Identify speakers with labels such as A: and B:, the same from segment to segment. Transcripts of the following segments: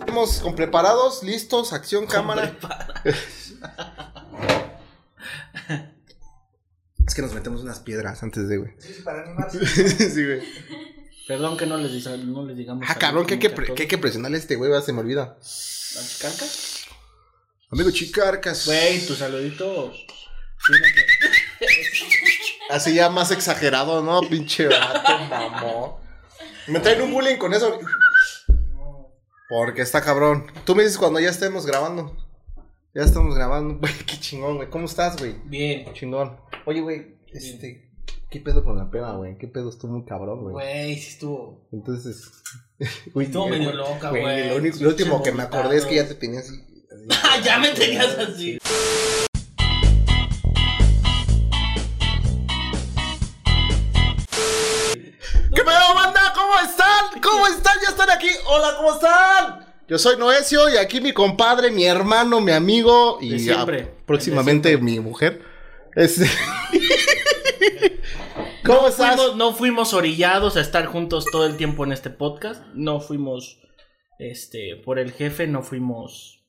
A: Estamos con preparados, listos, acción, cámara. Es que nos metemos unas piedras antes de, güey.
B: Sí, para animarse.
A: sí, güey.
C: Perdón que no les, disa- no les digamos.
A: Ah,
C: algo
A: cabrón, que hay que, pre-
C: comunicador.
A: que hay que presionarle a este güey, va, se me olvida.
C: ¿La chicanca?
A: Amigo Chicarcas.
C: Güey, tu saludito. pues, Sí, no te-
A: Así ya más exagerado, ¿no? Pinche vato, mamón. Me traen un bullying con eso. Porque está cabrón. Tú me dices cuando ya estemos grabando. Ya estamos grabando. Güey, qué chingón, güey. ¿Cómo estás, güey?
C: Bien.
A: Chingón. Oye, güey, este. ¿Qué pedo con la pena, güey? ¿Qué pedo? Estuvo muy cabrón, güey.
C: Güey, sí estuvo.
A: Entonces. Güey,
C: Estuvo
A: güey,
C: medio loca,
A: güey,
C: güey.
A: Lo, único- lo último que me acordé es que ya te tenías. así-
C: ¡Ah, ya me tenías así!
A: ¿Qué pedo, banda? ¿Cómo están? ¿Cómo están? Ya están aquí. Hola, ¿cómo están? Yo soy Noesio y aquí mi compadre, mi hermano, mi amigo y
C: De siempre.
A: ah, próximamente mi mujer. Este- ¿Cómo estás?
C: Fuimos- no fuimos orillados a estar juntos todo el tiempo en este podcast. No fuimos este por el jefe, no fuimos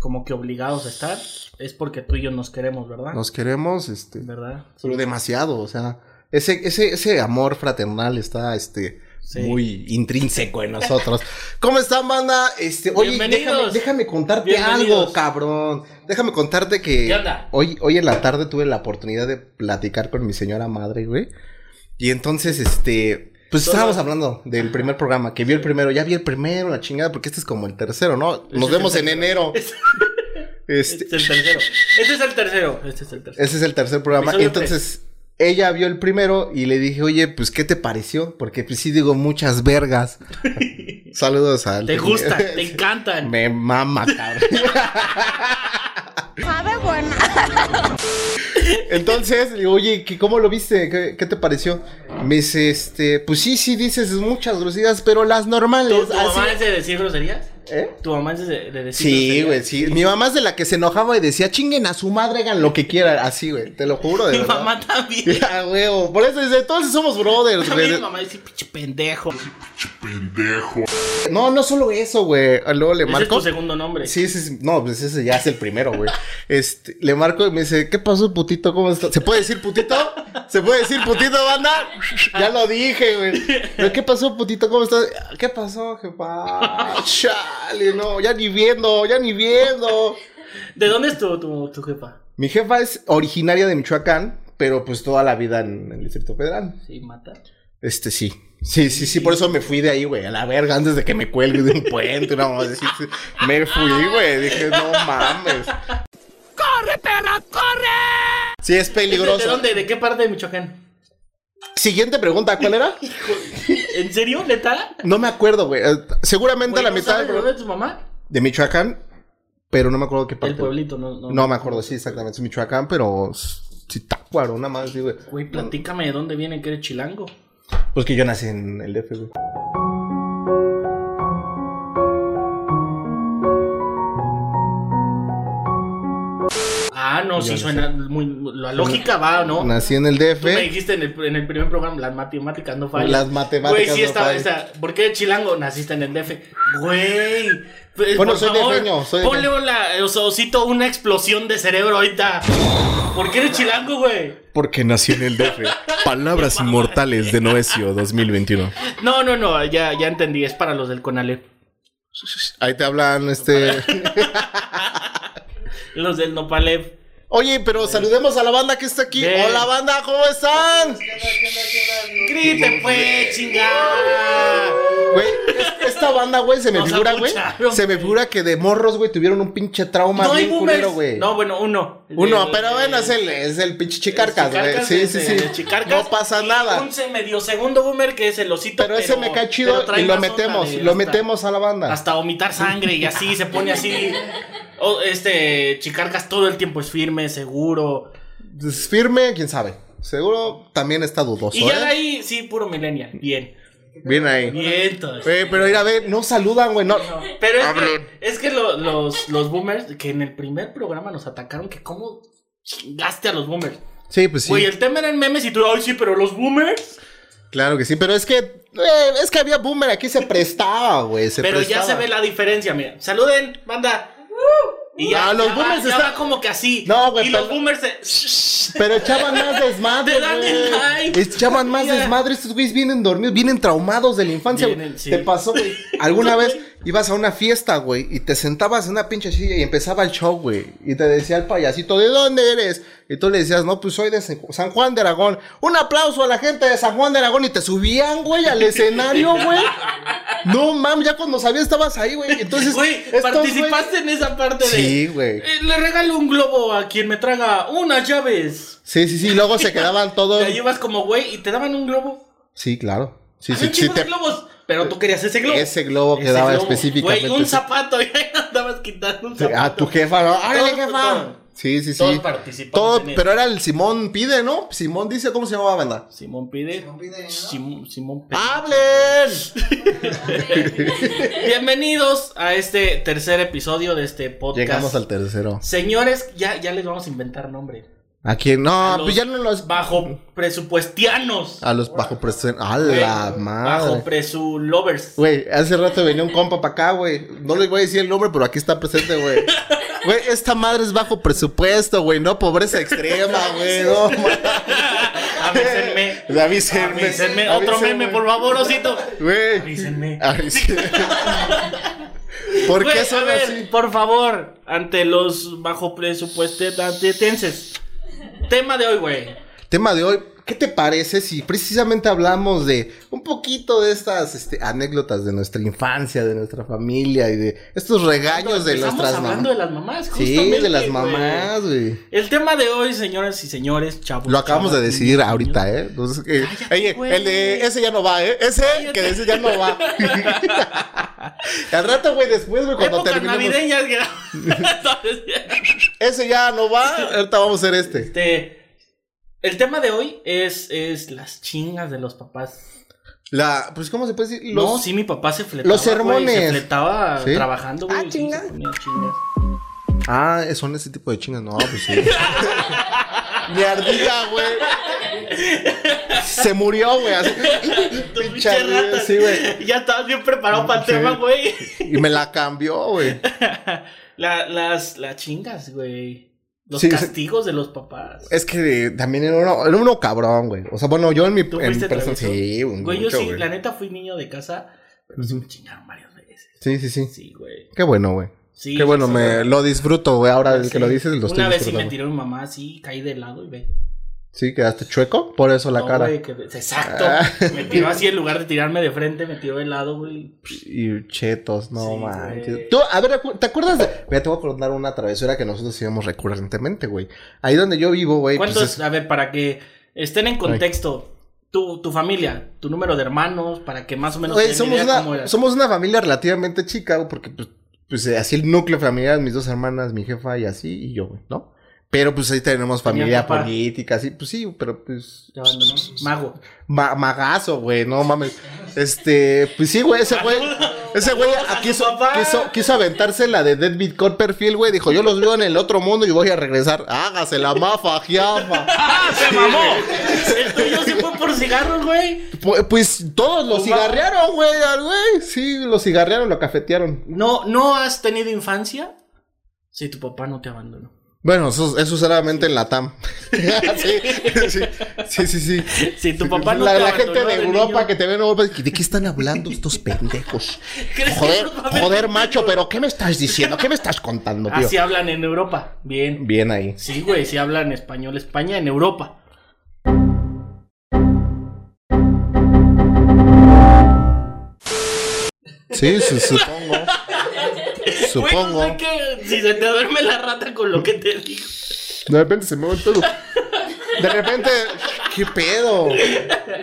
C: como que obligados a estar. Es porque tú y yo nos queremos, ¿verdad?
A: Nos queremos, este,
C: ¿Verdad?
A: pero demasiado, o sea, ese, ese, ese amor fraternal está, este,
C: Sí.
A: muy intrínseco en nosotros. ¿Cómo están, banda? Este, oye,
C: Bienvenidos.
A: déjame, déjame contarte
C: Bienvenidos.
A: algo, cabrón. Déjame contarte que
C: ¿Qué onda?
A: hoy, hoy en la tarde tuve la oportunidad de platicar con mi señora madre, güey. Y entonces, este, pues
C: Todo.
A: estábamos hablando del primer programa, que vio el primero, ya vi el primero, la chingada, porque este es como el tercero, ¿no?
C: Ese
A: Nos
C: es el
A: vemos en
C: tercero.
A: enero.
C: Este-
A: Este,
C: Este es el tercero. Este es el tercero. Este es el tercero.
A: ese es el tercer programa.
C: Episodio
A: Entonces, ella vio el primero y le dije, oye, pues, ¿qué te pareció? Porque pues, sí digo muchas vergas. Saludos al...
C: Te
A: primer-
C: gustan, te encantan.
A: Me mama, cabrón.
D: Sabe buena.
A: Entonces, le digo, oye, ¿qué- ¿cómo lo viste? ¿Qué, qué te pareció? Me dice, este, pues sí, sí dices muchas groserías, pero las
C: ¿Tu,
A: normales.
C: tu
A: así-
C: mamá es de decir groserías?
A: ¿Eh?
C: ¿Tu mamá es de, de decir
A: Sí,
C: groserías?
A: güey, sí. Mi mamá es de la que se enojaba y decía, chinguen a su madre, hagan lo que quieran. Así, güey, te lo juro, de
C: Mi
A: verdad.
C: mamá también.
A: Ya, huevo. Por eso dice, entonces somos brothers,
C: También
A: güey.
C: mi mamá dice, pinche pendejo. Ese
A: No, no solo eso, güey. Ah, Luego le
C: es tu
A: marco.
C: segundo nombre.
A: Sí, sí, sí. No, pues ese ya es el primero, güey. Este, le marco y me dice, ¿qué pasó, putito? ¿Cómo estás? ¿Se puede decir putito? ¿Se puede decir putito, banda? Ya lo dije, güey. Pero, ¿Qué pasó, putito? ¿Cómo estás? ¿Qué pasó, jefa? Chale, no, ya ni viendo, ya ni viendo.
C: ¿De dónde es tu, tu, tu jefa?
A: Mi jefa es originaria de Michoacán, pero pues toda la vida en el Distrito Federal.
C: Sí, mata.
A: Este sí. Sí, sí, sí, por eso me fui de ahí, güey, a la verga, antes de que me cuelgue de un puente, una mamá así, sí. Me fui, güey, dije, no mames. ¡Corre, perra, corre! Sí, es peligroso.
C: ¿De dónde? ¿De qué parte de Michoacán?
A: Siguiente pregunta, ¿cuál era?
C: ¿En serio? ¿Neta?
A: No me acuerdo, güey. eh, Seguramente
C: Güey,
A: la
C: ¿no
A: mitad
C: sabes
A: del
C: ¿De dónde es tu mamá?
A: de Michoacán, pero no me acuerdo qué parte.
C: El pueblito, no. No,
A: No me acuerdo, sí, exactamente, es Michoacán, pero sí, Tacuaro, nada más, sí, güey.
C: Güey, platícame de dónde viene que eres chilango.
A: Pues que yo nací en el DF, güey.
C: Ah, no, sí
A: no
C: suena muy. La lógica va, ¿no?
A: Nací en el
C: Tú me
A: DF,
C: dijiste en el, en el primer programa, las matemáticas no fallan.
A: las matemáticas.
C: Güey, sí
A: no
C: estaba
A: fallan.
C: esa. ¿Por qué chilango naciste en el DF? Güey. pues,
A: Bueno,
C: por
A: soy
C: favor,
A: defeño, soy
C: Ponle una, o sea, osito, una explosión de cerebro ahorita. ¿Por qué eres chilango, güey?
A: Porque nací en el DF. Palabras inmortales de Noesio 2021.
C: No, no, no, ya, ya entendí, es para los del Conalep.
A: Ahí te hablan, este.
C: Los del Nopalep.
A: Oye, pero saludemos a la banda que está aquí.
C: Ven.
A: Hola, banda, ¿cómo están?
C: ¡Grite, pues, chingada!
A: Güey, es- esta banda, güey, se me
C: Nos
A: figura, güey.
C: abucharon,
A: Se me figura que de morros, güey, tuvieron un pinche trauma
C: No hay
A: bien culero,
C: boomers.
A: güey.
C: No, bueno, uno.
A: Uno,
C: Del-
A: pero bueno, es
C: del-
A: el, es el pinche chicarcas, güey.
C: Chicarcas,
A: Sí, sí,
C: ese,
A: sí.
C: este, de Chicarcas.
A: No pasa
C: Y
A: nada.
C: Un se- medio segundo boomer que es el osito.
A: Pero ese me cae chido
C: pero trae
A: y lo
C: más onda
A: metemos,
C: de
A: lo
C: hasta-
A: metemos a la banda.
C: Hasta vomitar sangre y así se pone así. O, este, Chicarcas todo el tiempo es firme, seguro.
A: Es Firme, quién sabe. Seguro también está dudoso,
C: Y ya de
A: ¿eh?
C: ahí, sí, puro millennial. Bien.
A: Bien ahí.
C: Bien, entonces.
A: Güey, pero ir a ver, no saludan, güey. No.
C: Pero es
A: Cabrón.
C: que, es que lo- los, los boomers, que en el primer programa nos atacaron, que cómo chingaste a los boomers.
A: Sí, pues sí.
C: Güey, el tema eran memes y tú, ay, sí, pero los boomers.
A: Claro que sí, pero es que eh, es que había boomer, aquí se prestaba, güey. se
C: Pero ya
A: prestaba.
C: se ve la diferencia, mira. Saluden, banda. Y ya,
A: No, Ah, los
C: ya
A: boomers
C: va, ya
A: están-
C: va como que así.
A: No, güey,
C: Y los
A: pero-
C: boomers se...
A: Pero echaban más desmadre.
C: Te dan
A: güey.
C: el like.
A: Echaban más
C: Ya.
A: desmadre. Estos güeyes vienen dormidos, vienen traumados de la infancia. güey.
C: Vienen, sí.
A: Te pasó, güey. Alguna vez ibas a una fiesta, güey, y te sentabas en una pinche silla y empezaba el show, güey. Y te decía el payasito, ¿de dónde eres? Y tú le decías, no, pues soy de San- San Juan de Aragón. Un aplauso a la gente de San Juan de Aragón. Y te subían, güey, al escenario, güey. No, mam, ya cuando sabías estabas ahí, güey. Entonces,
C: Güey,
A: estos, güey-
C: participaste en esa parte de...
A: Sí, güey.
C: Eh, le regalo un globo a quien me traga unas llaves.
A: Sí, sí, sí. y Luego se quedaban todos.
C: Te llevas como güey y te daban un globo.
A: Sí, claro. Sí,
C: Había
A: sí,
C: un
A: sí.
C: chingo de
A: Te
C: globos, pero tú querías ese globo.
A: Ese globo
C: Ese
A: quedaba
C: globo.
A: específicamente.
C: Güey, un
A: sí.
C: zapato, y ahí andabas quitando un
A: Sí, ah,
C: zapato.
A: A tu jefa, ¿no? ¡Árale,
C: Todos, todos.
A: jefa! Sí, sí, sí.
C: Todos participaban
A: Todo-
C: en eso.
A: pero era el Simón Pide, ¿no? Simón dice, ¿cómo se llamaba banda?
C: Simón pide. Simón
B: pide, ¿no?
C: Simón, pide.
A: ¡Hablen!
C: Bienvenidos a este tercer episodio de este podcast.
A: Llegamos al tercero.
C: Señores, ya, ya les vamos a inventar nombre.
A: ¿A quién? No,
C: A los-
A: pues ya no los.
C: Bajo presupuestianos.
A: A los bajo presen- ¡A la
C: Güey, Bajo
A: madre!
C: presu lovers.
A: Güey, hace rato venía un compa para acá, güey. No les voy a decir el nombre, pero aquí está presente, güey. Güey, esta madre es bajo presupuesto, güey. No pobreza extrema, güey. No,
C: Avísenme.
A: mames. Avísenme.
C: Avísenme. Otro
A: Avísenme.
C: meme, por favor, osito.
A: Güey.
C: Avísenme.
A: Ay, sí. ¿Por
C: Güey,
A: qué
C: a
A: son
C: ver,
A: así?
C: Por favor, ante los bajo presupuesto atletenses. Tema de hoy, güey.
A: Tema de hoy, ¿qué te parece si precisamente hablamos de un poquito de estas este, anécdotas de nuestra infancia, de nuestra familia y de estos regaños de
C: Estamos
A: nuestras
C: hablando de
A: mamás?
C: las mamás,
A: Sí,
C: justamente,
A: de las
C: güey.
A: mamás, güey.
C: El tema de hoy, señoras y señores, chavos.
A: Lo acabamos de
C: chavas,
A: decidir
C: niños,
A: ahorita, ¿eh? Entonces, eh,
C: Cállate,
A: oye,
C: güey.
A: el de ese ya no va, ¿eh? Ese que de ese ya no va. Al rato, güey, después, güey, cuando
C: Épocas
A: terminemos.
C: navideñas. que-
A: Ese ya no va, ahorita vamos a hacer este.
C: este, el tema de hoy es, es las chingas de los papás.
A: La, pues, ¿cómo se puede decir? Los-
C: no, sí, mi papá se fletaba.
A: los sermones.
C: güey, se fletaba
A: ¿Sí?
C: trabajando, güey.
A: Ah,
C: sí, se
A: chinga.
C: ponía chingas.
A: Ah, son ese tipo de chingas. No, pues sí. Mi ardilla, güey. Se murió, güey. así.
C: Tu
A: Pinche
C: pinche
A: ardilla,
C: rata.
A: sí, güey.
C: Ya estabas bien preparado para el
A: Mm, Sí.
C: tema, güey.
A: Y me la cambió, güey.
C: La- las, las chingas, güey. Los
A: Sí, sí.
C: castigos de los papás.
A: Es que también era uno, era uno cabrón, güey. O sea, bueno, yo en mi,
C: ¿Tú
A: en mi
C: fuiste
A: persona.
C: travieso?
A: Sí, un
C: Güey, yo
A: mucho,
C: sí,
A: güey.
C: la neta fui niño de casa, pero sí me chingaron varias veces.
A: Sí, sí, sí.
C: Sí, güey.
A: Qué bueno, güey.
C: Sí,
A: Qué bueno,
C: sí,
A: me
C: güey.
A: lo disfruto, güey. Ahora el
C: Sí.
A: que lo dices, lo estoy
C: Una vez sí me
A: disfrutando.
C: tiró mi mamá así, caí de lado y ve.
A: Sí, quedaste chueco. Por eso la
C: No,
A: cara.
C: güey, que- Exacto.
A: Ah.
C: Me tiró así en lugar de tirarme de frente, me tiró de lado, güey.
A: Y chetos, no
C: Sí,
A: manches.
C: güey.
A: Tú, a ver, acu- ¿te acuerdas de.? Mira, te voy a contar una travesura que nosotros hacíamos recurrentemente, güey. Ahí donde yo vivo, güey. pues,
C: ¿Cuántos?
A: es-
C: A ver, para que estén en contexto. Tu, tu familia, tu número de hermanos, para que más o menos
A: Güey,
C: tengan
A: somos,
C: idea cómo
A: una,
C: era.
A: somos una familia relativamente chica, güey, porque pues, pues, eh, así el núcleo familiar, mis dos hermanas, mi jefa y así, y yo, güey, ¿no? Pero pues ahí tenemos
C: Tenía
A: familia
C: papá.
A: política, así, pues sí, pero pues.
C: Ya abandonó. Mago.
A: ma- magazo, güey, no mames. Este, pues sí, güey, ese güey. Ese güey
C: a su
A: quiso,
C: papá.
A: quiso, quiso aventarse la de Deadbeat Copperfield, güey. Dijo, yo los veo en el otro mundo y voy a regresar. Hágase la mafa, jiafa.
C: ¡Ah, se mamó! El tuyo se fue por cigarros, güey.
A: Pu- Pues todos los
C: Tu mamá.
A: cigarrearon, güey, al güey. Sí, los cigarrearon, lo cafetearon.
C: No, ¿No has tenido infancia? Si tu papá no te abandonó.
A: Bueno, eso, eso solamente en la TAM. sí, sí, sí, sí, sí.
C: Si tu papá no
A: la,
C: te
A: la
C: abandonó.
A: gente de Europa
C: niño,
A: que te ve en Europa, ¿de qué están hablando estos pendejos?
C: ¿crees que
A: Joder,
C: tu papá-
A: joder, macho, pero ¿qué me estás diciendo? ¿Qué me estás contando, tío?
C: Así hablan en Europa. Bien.
A: Bien ahí.
C: Sí, güey, sí hablan español, España en Europa.
A: Sí, su- supongo. Supongo.
C: Güey, no sé qué- si se te duerme la rata con lo que te digo.
A: De repente se me va el pedo. De repente, ¿qué pedo?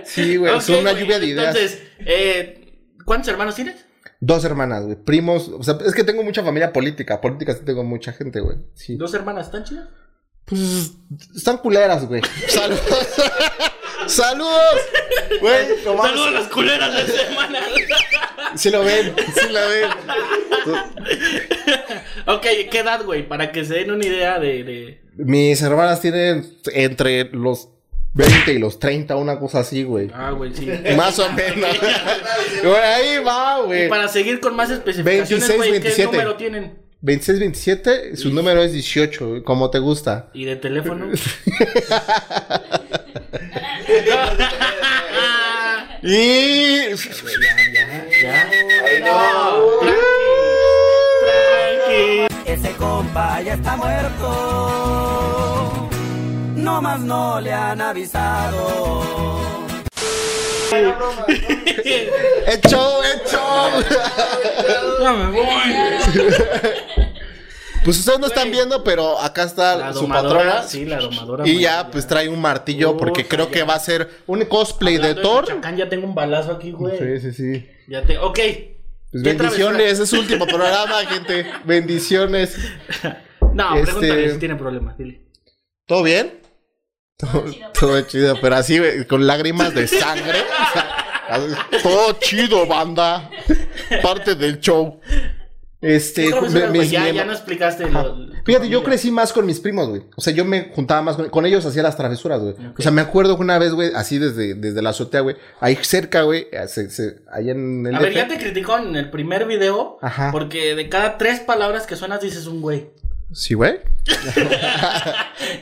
A: Sí, güey, es
C: Ok,
A: una
C: güey,
A: lluvia de ideas.
C: Entonces, eh, ¿cuántos hermanos tienes?
A: Dos hermanas, güey, primos. O sea, es que tengo mucha familia política. Política sí tengo mucha gente, güey. Sí.
C: ¿Dos hermanas están chidas?
A: Pues están culeras, güey. Saludos. Saludos. Güey, no mames,
C: Saludos a las culeras de semana.
A: Sí lo ven, sí lo ven.
C: ok, ¿qué edad, güey? Para que se den una idea de. de-
A: Mis hermanas tienen entre los 20 y los 30, una cosa así, güey.
C: Ah, güey, sí.
A: Más o menos. Güey, ahí va,
C: Y
A: güey.
C: para seguir con más especificaciones,
A: 26,
C: güey, ¿qué
A: 27.
C: número tienen?
A: 26, 27, su número es 18, güey, como te gusta.
C: ¿Y de teléfono?
A: Y.
C: ya.
B: Ay, no.
D: Ese compa ya está muerto. No más no le han avisado.
A: ¡Hecho, hecho!
C: No me voy.
A: Pues ustedes no están viendo, pero acá está
C: La
A: su
C: domadora,
A: patrona.
C: sí, la domadora.
A: Y
C: güey,
A: ya, pues trae un martillo, porque
C: Puta,
A: creo
C: ya.
A: que va a ser un cosplay de
C: Hablando
A: Thor.
C: Michoacán, ya tengo un balazo aquí, güey.
A: Sí, sí, sí.
C: Ya te... Ok.
A: Pues
C: ¿Qué
A: bendiciones, es su último programa, gente. Bendiciones.
C: travesura? No,
A: Este-
C: pregúntale si tiene problemas, dile.
A: ¿Todo bien? Todo, todo chido, pero así, güey, con lágrimas de sangre. O sea, así, todo chido, banda. Parte del show. Este,
C: Otra vez,
A: me-
C: güey,
A: mis-
C: ya,
A: mi-
C: ya no explicaste
A: Ajá.
C: lo... tu
A: Fíjate, yo
C: familia.
A: crecí más con mis primos, güey. O sea, yo me juntaba más con, con ellos, hacía las travesuras, güey.
C: Ok.
A: O sea, me acuerdo que una vez, güey, así desde, desde la azotea, güey, ahí cerca, güey, eh, se- se- allá en el
C: A ver,
A: DF.
C: ya te criticó en el primer video.
A: Ajá.
C: Porque de cada tres palabras que suenas dices un güey.
A: Sí, güey.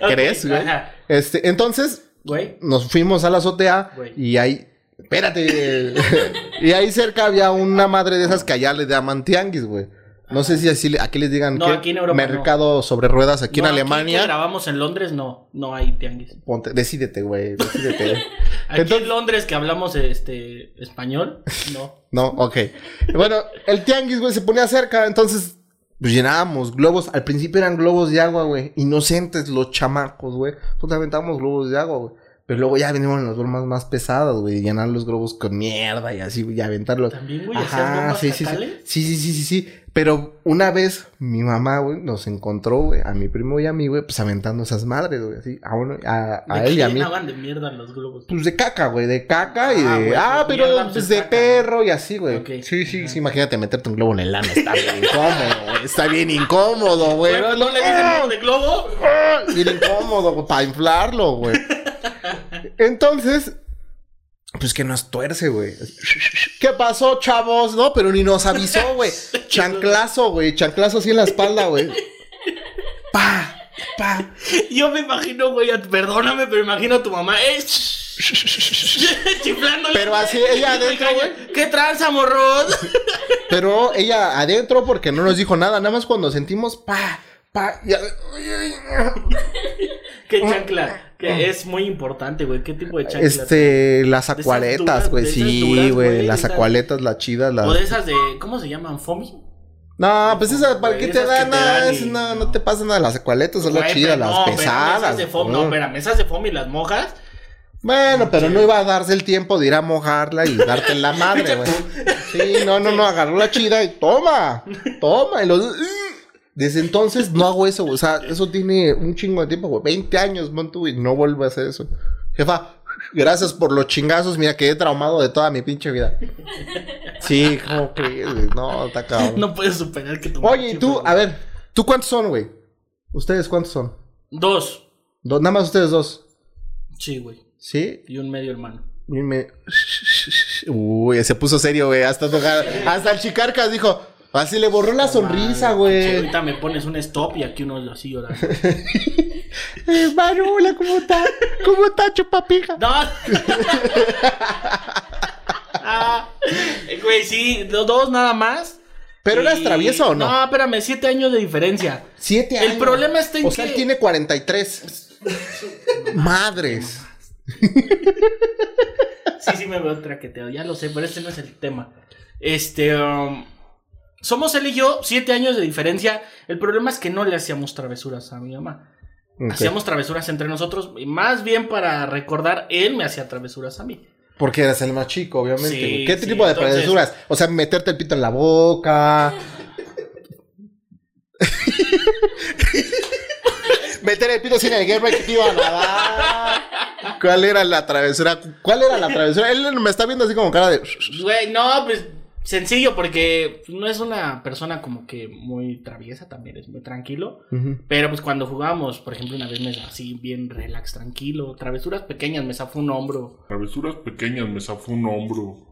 A: ¿Crees,
C: Ok,
A: güey?
C: ajá.
A: Este, entonces,
C: Güey.
A: nos fuimos a la azotea
C: Güey.
A: y ahí. Espérate. y ahí cerca había una madre de esas que allá le llaman tianguis, güey. No sé si así le- aquí les digan
C: No,
A: que
C: aquí en Europa
A: mercado sobre ruedas aquí
C: No,
A: en Alemania.
C: que grabamos en Londres, no. No hay tianguis.
A: Ponte- decídete, güey, decídete.
C: Aquí
A: Entonces-
C: en Londres que hablamos este español, no.
A: no, ok. Bueno, el tianguis, güey, se ponía cerca, entonces pues, llenábamos globos. Al principio eran globos de agua, güey. Inocentes los chamacos, güey. Pues aventábamos globos de agua, güey. Pero luego ya venimos en las bromas más pesadas, güey. y Llenar los globos con mierda y así, güey, y aventarlos.
C: También, güey, hacías
A: Ajá,
C: bombas
A: sí, sí, sí,
C: cacales.
A: sí, sí, sí, sí, sí. Pero una vez mi mamá, güey, nos encontró, güey, a mi primo y a mí, güey, pues aventando esas madres, güey, así, a, uno, a, a
C: ¿De
A: él y
C: qué
A: a mí.
C: llenaban de mierda los globos.
A: Pues de caca, güey, de caca y
C: Ah,
A: de.
C: güey,
A: ah,
C: pues
A: pero
C: mierda, pues
A: pues,
C: es
A: de
C: caca.
A: perro y así, güey.
C: Ok,
A: Sí, sí,
C: ajá.
A: sí, imagínate meterte un globo en el ano, está bien incómodo, güey. Está bien incómodo, güey. ¡Ah!
C: Pero pues no le dicen globo de globo.
A: Bien incómodo, güey, para inflarlo, güey. Entonces, pues que nos tuerce, güey. ¿Qué pasó, chavos? No, pero ni nos avisó, güey. Chanclazo, güey. Chanclazo así en la espalda, güey. Pa, pa.
C: Yo me imagino, güey, a- perdóname, pero imagino a tu mamá, eh, shh, chiflándole.
A: Pero así, ella adentro, güey.
C: ¿Qué tranza, morros?
A: Pero ella adentro porque no nos dijo nada. Nada más cuando sentimos pa, pa. ya-
C: ¿Qué chancla? Que es muy importante, güey. ¿Qué tipo de chancla?
A: Ah. Este, las
C: esas duras,
A: acualetas, güey.
C: de esas duras,
A: Sí,
C: güey,
A: güey. Las
C: esas-
A: acualetas, las chidas, las.
C: O de esas de, ¿cómo se llaman? ¿Fomi?
A: No, pues esa, ¿para
C: Güey,
A: qué te
C: esas que
A: dan?
C: te
A: nada?
C: dan y-
A: Es- No, no te pasan nada. Las acualetas son las
C: Güey,
A: chidas,
C: pero
A: las
C: no, pero
A: pesadas.
C: esas de foamy,
A: güey.
C: no, espérame, esas de foamy, las mojas.
A: Bueno, pero no iba a darse el tiempo de ir a mojarla y darte en la madre, güey. Sí, no, no, no, agarró la chida y toma, toma. Y los... "Mm". Desde entonces no hago eso, güey. o sea, eso tiene un chingo de tiempo, güey. 20 años, Montu, y no vuelvo a hacer eso. Jefa, gracias por los chingazos, mira, quedé traumado de toda mi pinche vida. Sí, ¿cómo crees? güey? No, está cabrón.
C: No puedes superar que tu
A: Oye, y tú,
C: chifla.
A: a ver, ¿tú cuántos son, güey? ¿Ustedes cuántos son?
C: Dos.
A: Do- nada más ustedes dos.
C: Sí, güey.
A: ¿Sí?
C: Y un medio hermano.
A: Y me... Uy, se puso serio, güey. Hasta, tocar- hasta el chicarcas dijo... Así le borró la sonrisa,
C: Sí,
A: güey.
C: Ahorita me pones un stop y aquí uno es así llorando.
A: Eh, Marula, ¿cómo está? ¿Cómo está, chupapija?
C: ¡No! Ah, güey, sí, do- dos nada más.
A: ¿Pero
C: Y-
A: eras travieso o no?
C: No, espérame, siete años de diferencia.
A: Siete
C: El
A: años.
C: problema está en
A: O sea,
C: que-
A: él tiene 43. Madres.
C: Sí, sí, me veo traqueteado, ya lo sé, pero este no es el tema. Este. um, somos él y yo, siete años de diferencia. El problema es que no le hacíamos travesuras a mi mamá.
A: Ok.
C: Hacíamos travesuras entre nosotros, y más bien para recordar, él me hacía travesuras a mí.
A: Porque eras el más chico, obviamente.
C: Sí,
A: güey. ¿Qué
C: sí,
A: tipo de
C: entonces-
A: travesuras? O sea, meterte el pito en la boca. Meter el pito sin el guerra que te iba a nadar. ¿Cuál era la travesura? ¿Cuál era la travesura? Él me está viendo así como cara de.
C: Güey, no, pues sencillo porque no es una persona como que muy traviesa también, es muy tranquilo.
A: Ujú.
C: Pero pues cuando jugábamos, por ejemplo, una vez me así bien relax, tranquilo, travesuras pequeñas, me zafó un hombro.
B: Travesuras pequeñas, me zafó un hombro.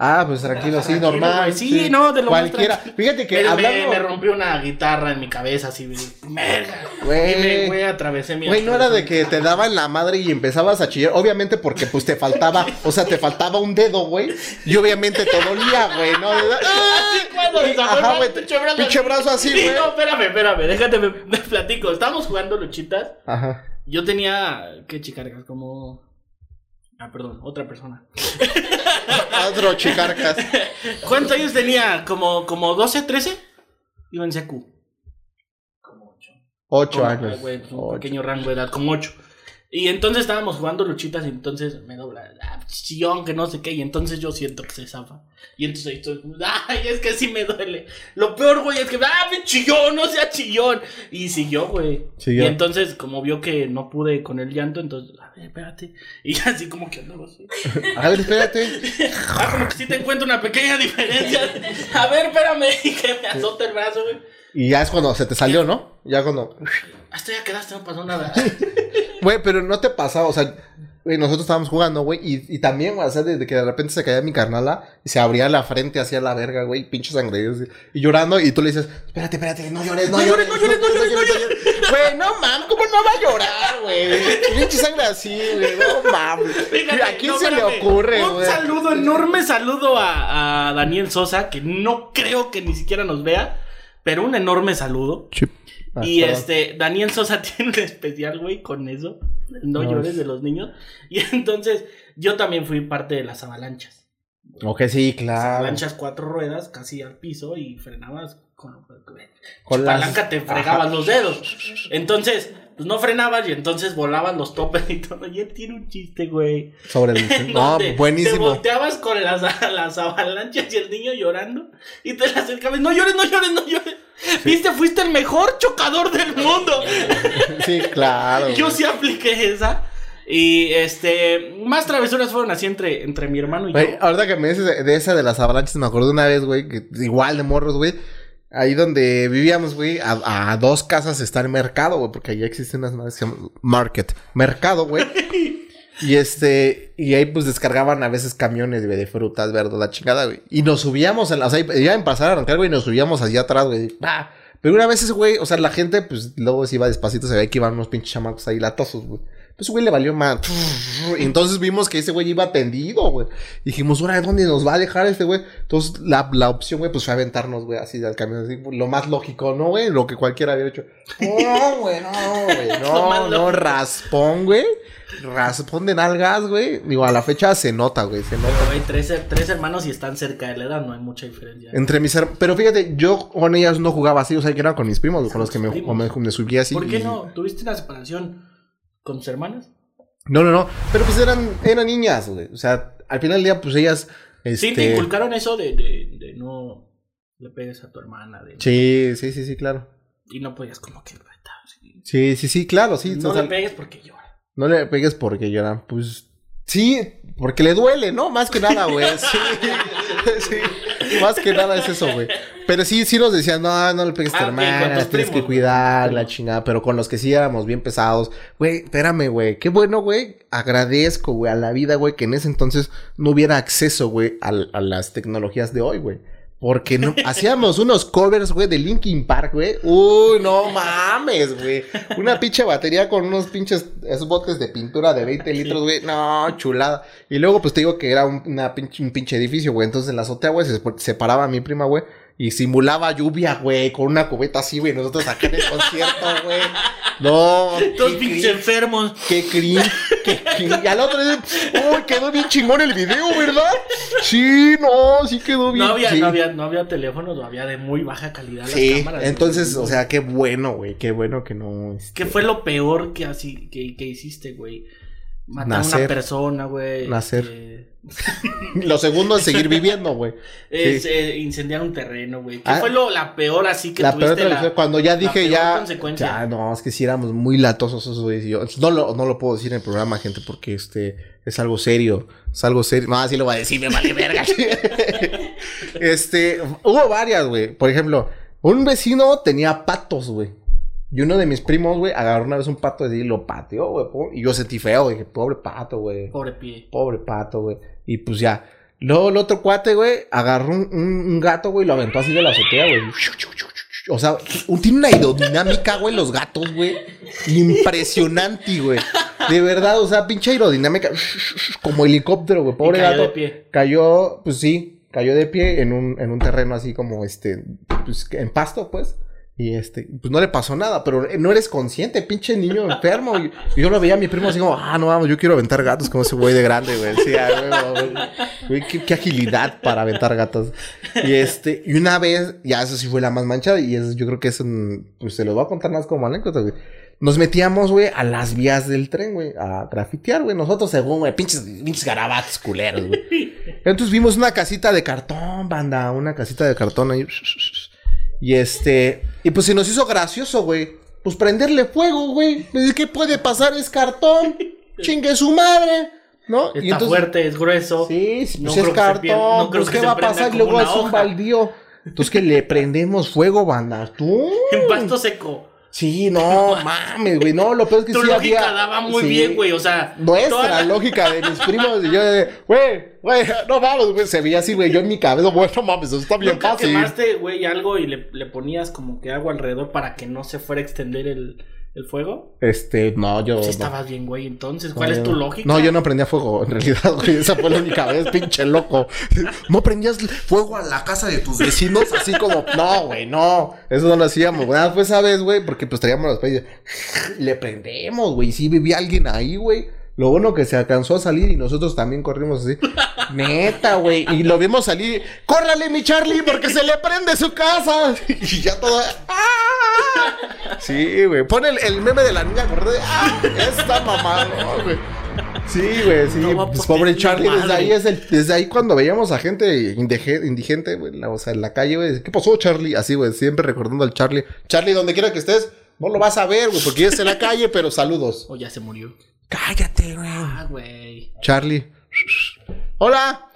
A: Ah, pues tranquilo, sí,
C: Tranquilo,
A: normal.
C: güey, sí, no, de lo más
A: Cualquiera.
C: tranquilo.
A: Fíjate que
C: Me- me,
A: hablando.
C: me rompió una guitarra en mi cabeza así, merda.
A: Güey.
C: Y me, güey, atravesé mi
A: Eh, Güey, no era de que te daban la madre y empezabas a chillar. Obviamente porque pues te faltaba, o sea, te faltaba un dedo, güey. Y obviamente te dolía, güey, ¿no?
C: Así cuando se zafó el
A: Ajá,
C: brazo,
A: güey.
C: pinche brazo
A: Pinche brazo así,
C: Sí,
A: güey.
C: no, espérame, espérame, déjate, me, me platico. Estábamos jugando luchitas.
A: Ajá.
C: Yo tenía, ¿qué chicargas? Como... Ah, perdón, otra persona.
A: Otro chicarcas.
C: ¿Cuántos años tenía? ¿Como, como 12, 13? Iba en CQ.
A: Ocho
C: Como,
A: años.
C: ah, güey, pues, un
A: Ocho.
C: pequeño rango de edad, como 8. Y entonces estábamos jugando luchitas y entonces me dobla, ah, chillón, que no sé qué, y entonces yo siento que se zafa. Y entonces ahí estoy, ay, es que sí me duele. Lo peor, güey, es que, ah, me chillón, no sea chillón. Y siguió, güey.
A: Siguió.
C: Y entonces, como vio que no pude con el llanto, entonces, a ver, espérate. Y así como que andaba así.
A: A ver, espérate.
C: Ah, como que sí te encuentro una pequeña diferencia. A ver, espérame, y que me azota el brazo, güey.
A: Y ya es cuando se te salió, ¿no? Ya cuando.
C: Hasta ya quedaste, no pasó nada.
A: Güey, pero no te pasaba, o sea, güey, nosotros estábamos jugando, güey, y, y también, güey, o sea, desde que de repente se caía mi carnala y se abría la frente hacia la verga, güey, pinche sangre así, y llorando, y tú le dices, espérate, espérate, no llores, no, llores, no llores, no llores, no llores. Güey, no mames, ¿cómo no va a llorar, güey? Pinche sangre así, güey, no mames.
C: Fíjate,
A: ¿A quién
C: no,
A: se
C: espérame.
A: le ocurre,
C: Un
A: güey?
C: saludo, enorme saludo a, a Daniel Sosa, que no creo que ni siquiera nos vea, pero un enorme saludo.
A: Chip. Ah,
C: y
A: perdón.
C: este, Daniel Sosa tiene un especial, güey, con eso. No,
A: No,
C: llores
A: es-
C: de los niños. Y entonces, yo también fui parte de las avalanchas.
A: Ok, sí, claro.
C: Avalanchas cuatro ruedas, casi al piso, y frenabas con,
A: Con
C: con
A: las-
C: la palanca, te fregabas los dedos. Entonces, pues no frenabas y entonces volaban los topes y todo. Y él tiene un chiste, güey.
A: Sobre el...
C: en
A: No,
C: donde Te
A: buenísimo.
C: volteabas con las, las avalanchas y el niño llorando. Y te le acercabas. No llores, no llores, no llores. Viste, fuiste el mejor chocador del mundo.
A: Sí, claro.
C: Yo
A: güey.
C: sí apliqué esa. Y este, más travesuras fueron así entre, entre mi hermano y
A: Güey, ah.
C: yo.
A: ahorita que me dices de- de esa de las avalanchas, me acuerdo una vez, güey, que igual de morros, güey. Ahí donde vivíamos, güey, a, a dos casas está el mercado, güey, porque allá existen unas madres que se llaman market, mercado, güey. y este, y ahí pues descargaban a veces camiones, güey, de frutas, verduras, la chingada, güey. Y nos subíamos, en la, o sea, iban a pasar a arrancar, güey, y nos subíamos allá atrás, güey. ¡pa! Pero una vez, ese güey, o sea, la gente, pues luego se iba despacito, se veía que iban unos pinches chamacos ahí latosos, güey. Pues, güey, le valió más. Y entonces vimos que ese güey iba tendido, güey. Dijimos, ahora, ¿dónde nos va a dejar este güey? Entonces, la, la opción, güey, pues fue aventarnos, güey, así al camión. Así, lo más lógico, ¿no, güey? Lo que cualquiera había hecho. No, güey, no, güey.
C: Lo más
A: No, no,
C: lógico.
A: raspón, güey. Raspón de nalgas, güey. Digo, a la fecha se nota, güey, se nota.
C: Pero hay tres, tres hermanos y están cerca de la edad, no hay mucha diferencia.
A: Entre mis hermanos. Pero fíjate, yo con ellas no jugaba así, o sea, que era con mis primos, güey, con los que me,
C: Primos.
A: me- me subía así.
C: ¿Por qué
A: y-
C: no? ¿Tuviste una separación con tus hermanas?
A: No, no, no. Pero pues eran, eran niñas, güey. O sea, al final del día, pues ellas.
C: Sí, te
A: este,
C: inculcaron eso de, de, de no le pegues a tu hermana. de-
A: Sí, sí, sí, sí, claro.
C: Y no podías como que retar. sí.
A: Sí, sí, sí, claro, sí.
C: no
A: o sea,
C: le pegues porque llora.
A: no le pegues porque lloran. Pues sí, porque le duele, ¿no? Más que nada, güey. Sí, sí. Más que nada es eso, güey. Pero sí, sí nos decían, no, no le pegues a tu
C: Ah, ok, con
A: hermana,
C: tus
A: tienes que
C: primos,
A: cuidar,
C: güey.
A: la chingada. Pero con los que sí éramos bien pesados, güey, espérame, güey. Qué bueno, güey. Agradezco, güey, a la vida, güey, que en ese entonces no hubiera acceso, güey, al- a, las tecnologías de hoy, güey. Porque no, hacíamos unos covers, güey, de Linkin Park, güey. Uy, no mames, güey. Una pinche batería con unos pinches esos botes de pintura de 20 litros, güey. No, chulada. Y luego, pues te digo que era un, una pinche, un pinche edificio, güey. Entonces en la azotea, güey, se separaba a mi prima, güey. Y simulaba lluvia, güey, con una cubeta así, güey. Nosotros acá en el concierto, güey. No,
C: Dos
A: qué
C: pinches enfermos.
A: Qué cringe, qué cringe. Y al otro día, uy, quedó bien chingón el video, ¿verdad? Sí, no, sí quedó bien.
C: No había,
A: sí.
C: no había, no había teléfonos, no había de muy baja calidad las
A: Sí,
C: cámaras.
A: entonces,
C: güey.
A: o sea, qué bueno, güey, qué bueno que no. este,
C: ¿Qué fue lo peor que así que, que hiciste, güey? Matar a
A: Nacer.
C: una persona, güey.
A: Nacer.
C: este,
A: Lo segundo es seguir viviendo, güey.
C: es,
A: Sí.
C: eh, incendiar un terreno, güey. ¿Qué
A: Ah,
C: fue lo, la peor así que
A: La peor
C: tuviste?
A: tradición, cuando ya
C: la
A: dije
C: peor
A: ya.
C: consecuencia.
A: Ya, no, es que si éramos muy latosos esos güeyes. y yo- No lo, no lo puedo decir en el programa, gente, porque este es algo serio. Es algo serio. No, así lo voy a decir, me vale verga. este, hubo varias, güey. Por ejemplo, un vecino tenía patos, güey. Y uno de mis primos, güey, agarró una vez un pato y lo pateó, güey. po- Y yo sentí feo, dije, pobre pato, güey.
C: Pobre pie.
A: Pobre pato, güey. Y pues ya. Luego el otro cuate, güey, agarró un, un- un gato, güey, y lo aventó así de la azotea, güey. O sea, un- tiene una aerodinámica, güey, los gatos, güey. Impresionante, güey. De verdad, o sea, pinche aerodinámica. Como helicóptero, güey. Pobre
C: Y cayó
A: gato.
C: de pie.
A: Cayó, pues sí, cayó de pie en un, en un terreno así como este, pues en pasto, pues. Y este, pues no le pasó nada, pero no eres consciente, pinche niño enfermo. Y, y yo lo veía a mi primo así como, ah, no vamos, yo quiero aventar gatos como ese güey de grande, güey. Sí, ah, güey, güey. Güey, qué, qué agilidad para aventar gatos. Y este, y una vez, ya eso sí fue la más manchada, y eso, yo creo que es un, pues se los voy a contar más como anécdota, güey. Nos metíamos, güey, a las vías del tren, güey, a grafitear, güey. Nosotros, según, güey, pinches, pinches garabatos culeros, güey. Entonces vimos una casita de cartón, banda, una casita de cartón ahí. Y este, y pues se nos hizo gracioso, güey. Pues prenderle fuego, güey. Pues, ¿Qué puede pasar? Es cartón. Chingue su madre, ¿no?
C: Está
A: y entonces,
C: fuerte, es grueso.
A: Sí, sí,
C: No
A: pues es
C: creo que se
A: cartón.
C: pierda- no creo
A: pues
C: que
A: ¿qué
C: se
A: va a
C: prenda
A: pasar?
C: como
A: Luego
C: una
A: es un
C: hoja.
A: baldío. Entonces que le prendemos fuego, banda. Tú.
C: En pasto seco.
A: Sí, no mames, güey. No, lo peor es que
C: Tu
A: sí
C: lógica
A: había-
C: daba muy
A: sí.
C: bien, güey. O sea, toda
A: Nuestra
C: la-
A: lógica de mis primos y yo de, güey, güey, no mames, güey, se veía así, güey, yo en mi cabeza, güey, no mames, eso está bien
C: Nunca
A: fácil.
C: quemaste, güey, algo y le, le ponías como que agua alrededor para que no se fuera a extender el, el fuego.
A: Este, no, yo...
C: Si
A: no.
C: estabas bien, güey, entonces,
A: No,
C: ¿cuál es
A: yo
C: tu
A: no.
C: lógica?
A: No, yo no prendía fuego, en realidad, güey, esa fue la única vez, pinche loco. No prendías fuego a la casa de tus vecinos, así como, no, güey, no, eso no lo hacíamos, güey, Ah, pues, ¿sabes, güey? Porque, pues, traíamos las pelis, le prendemos, güey, y sí vivía alguien ahí, güey. Lo bueno que se alcanzó a salir y nosotros también corrimos así. Neta, güey. Y lo vimos salir. ¡Córrale, mi Charlie! Porque se le prende su casa. Y ya toda. ¡Ah! Sí, güey. Pon el, el meme de la niña corriendo. de, ¡Ah! Esta mamá, no, güey. Sí, güey, sí.
C: No va a
A: pues,
C: poder
A: pobre
C: mi
A: Charlie, desde
C: madre.
A: ahí es el, desde ahí cuando veíamos a gente indige- indigente, güey, la- o sea, en la calle, güey, ¿qué pasó, Charlie? Así, güey, siempre recordando al Charlie. Charlie, donde quiera que estés, no lo vas a ver, güey, porque es en la calle, pero saludos.
C: O ya se murió.
A: Cállate, güey.
C: Ah, güey.
A: Charlie. Hola.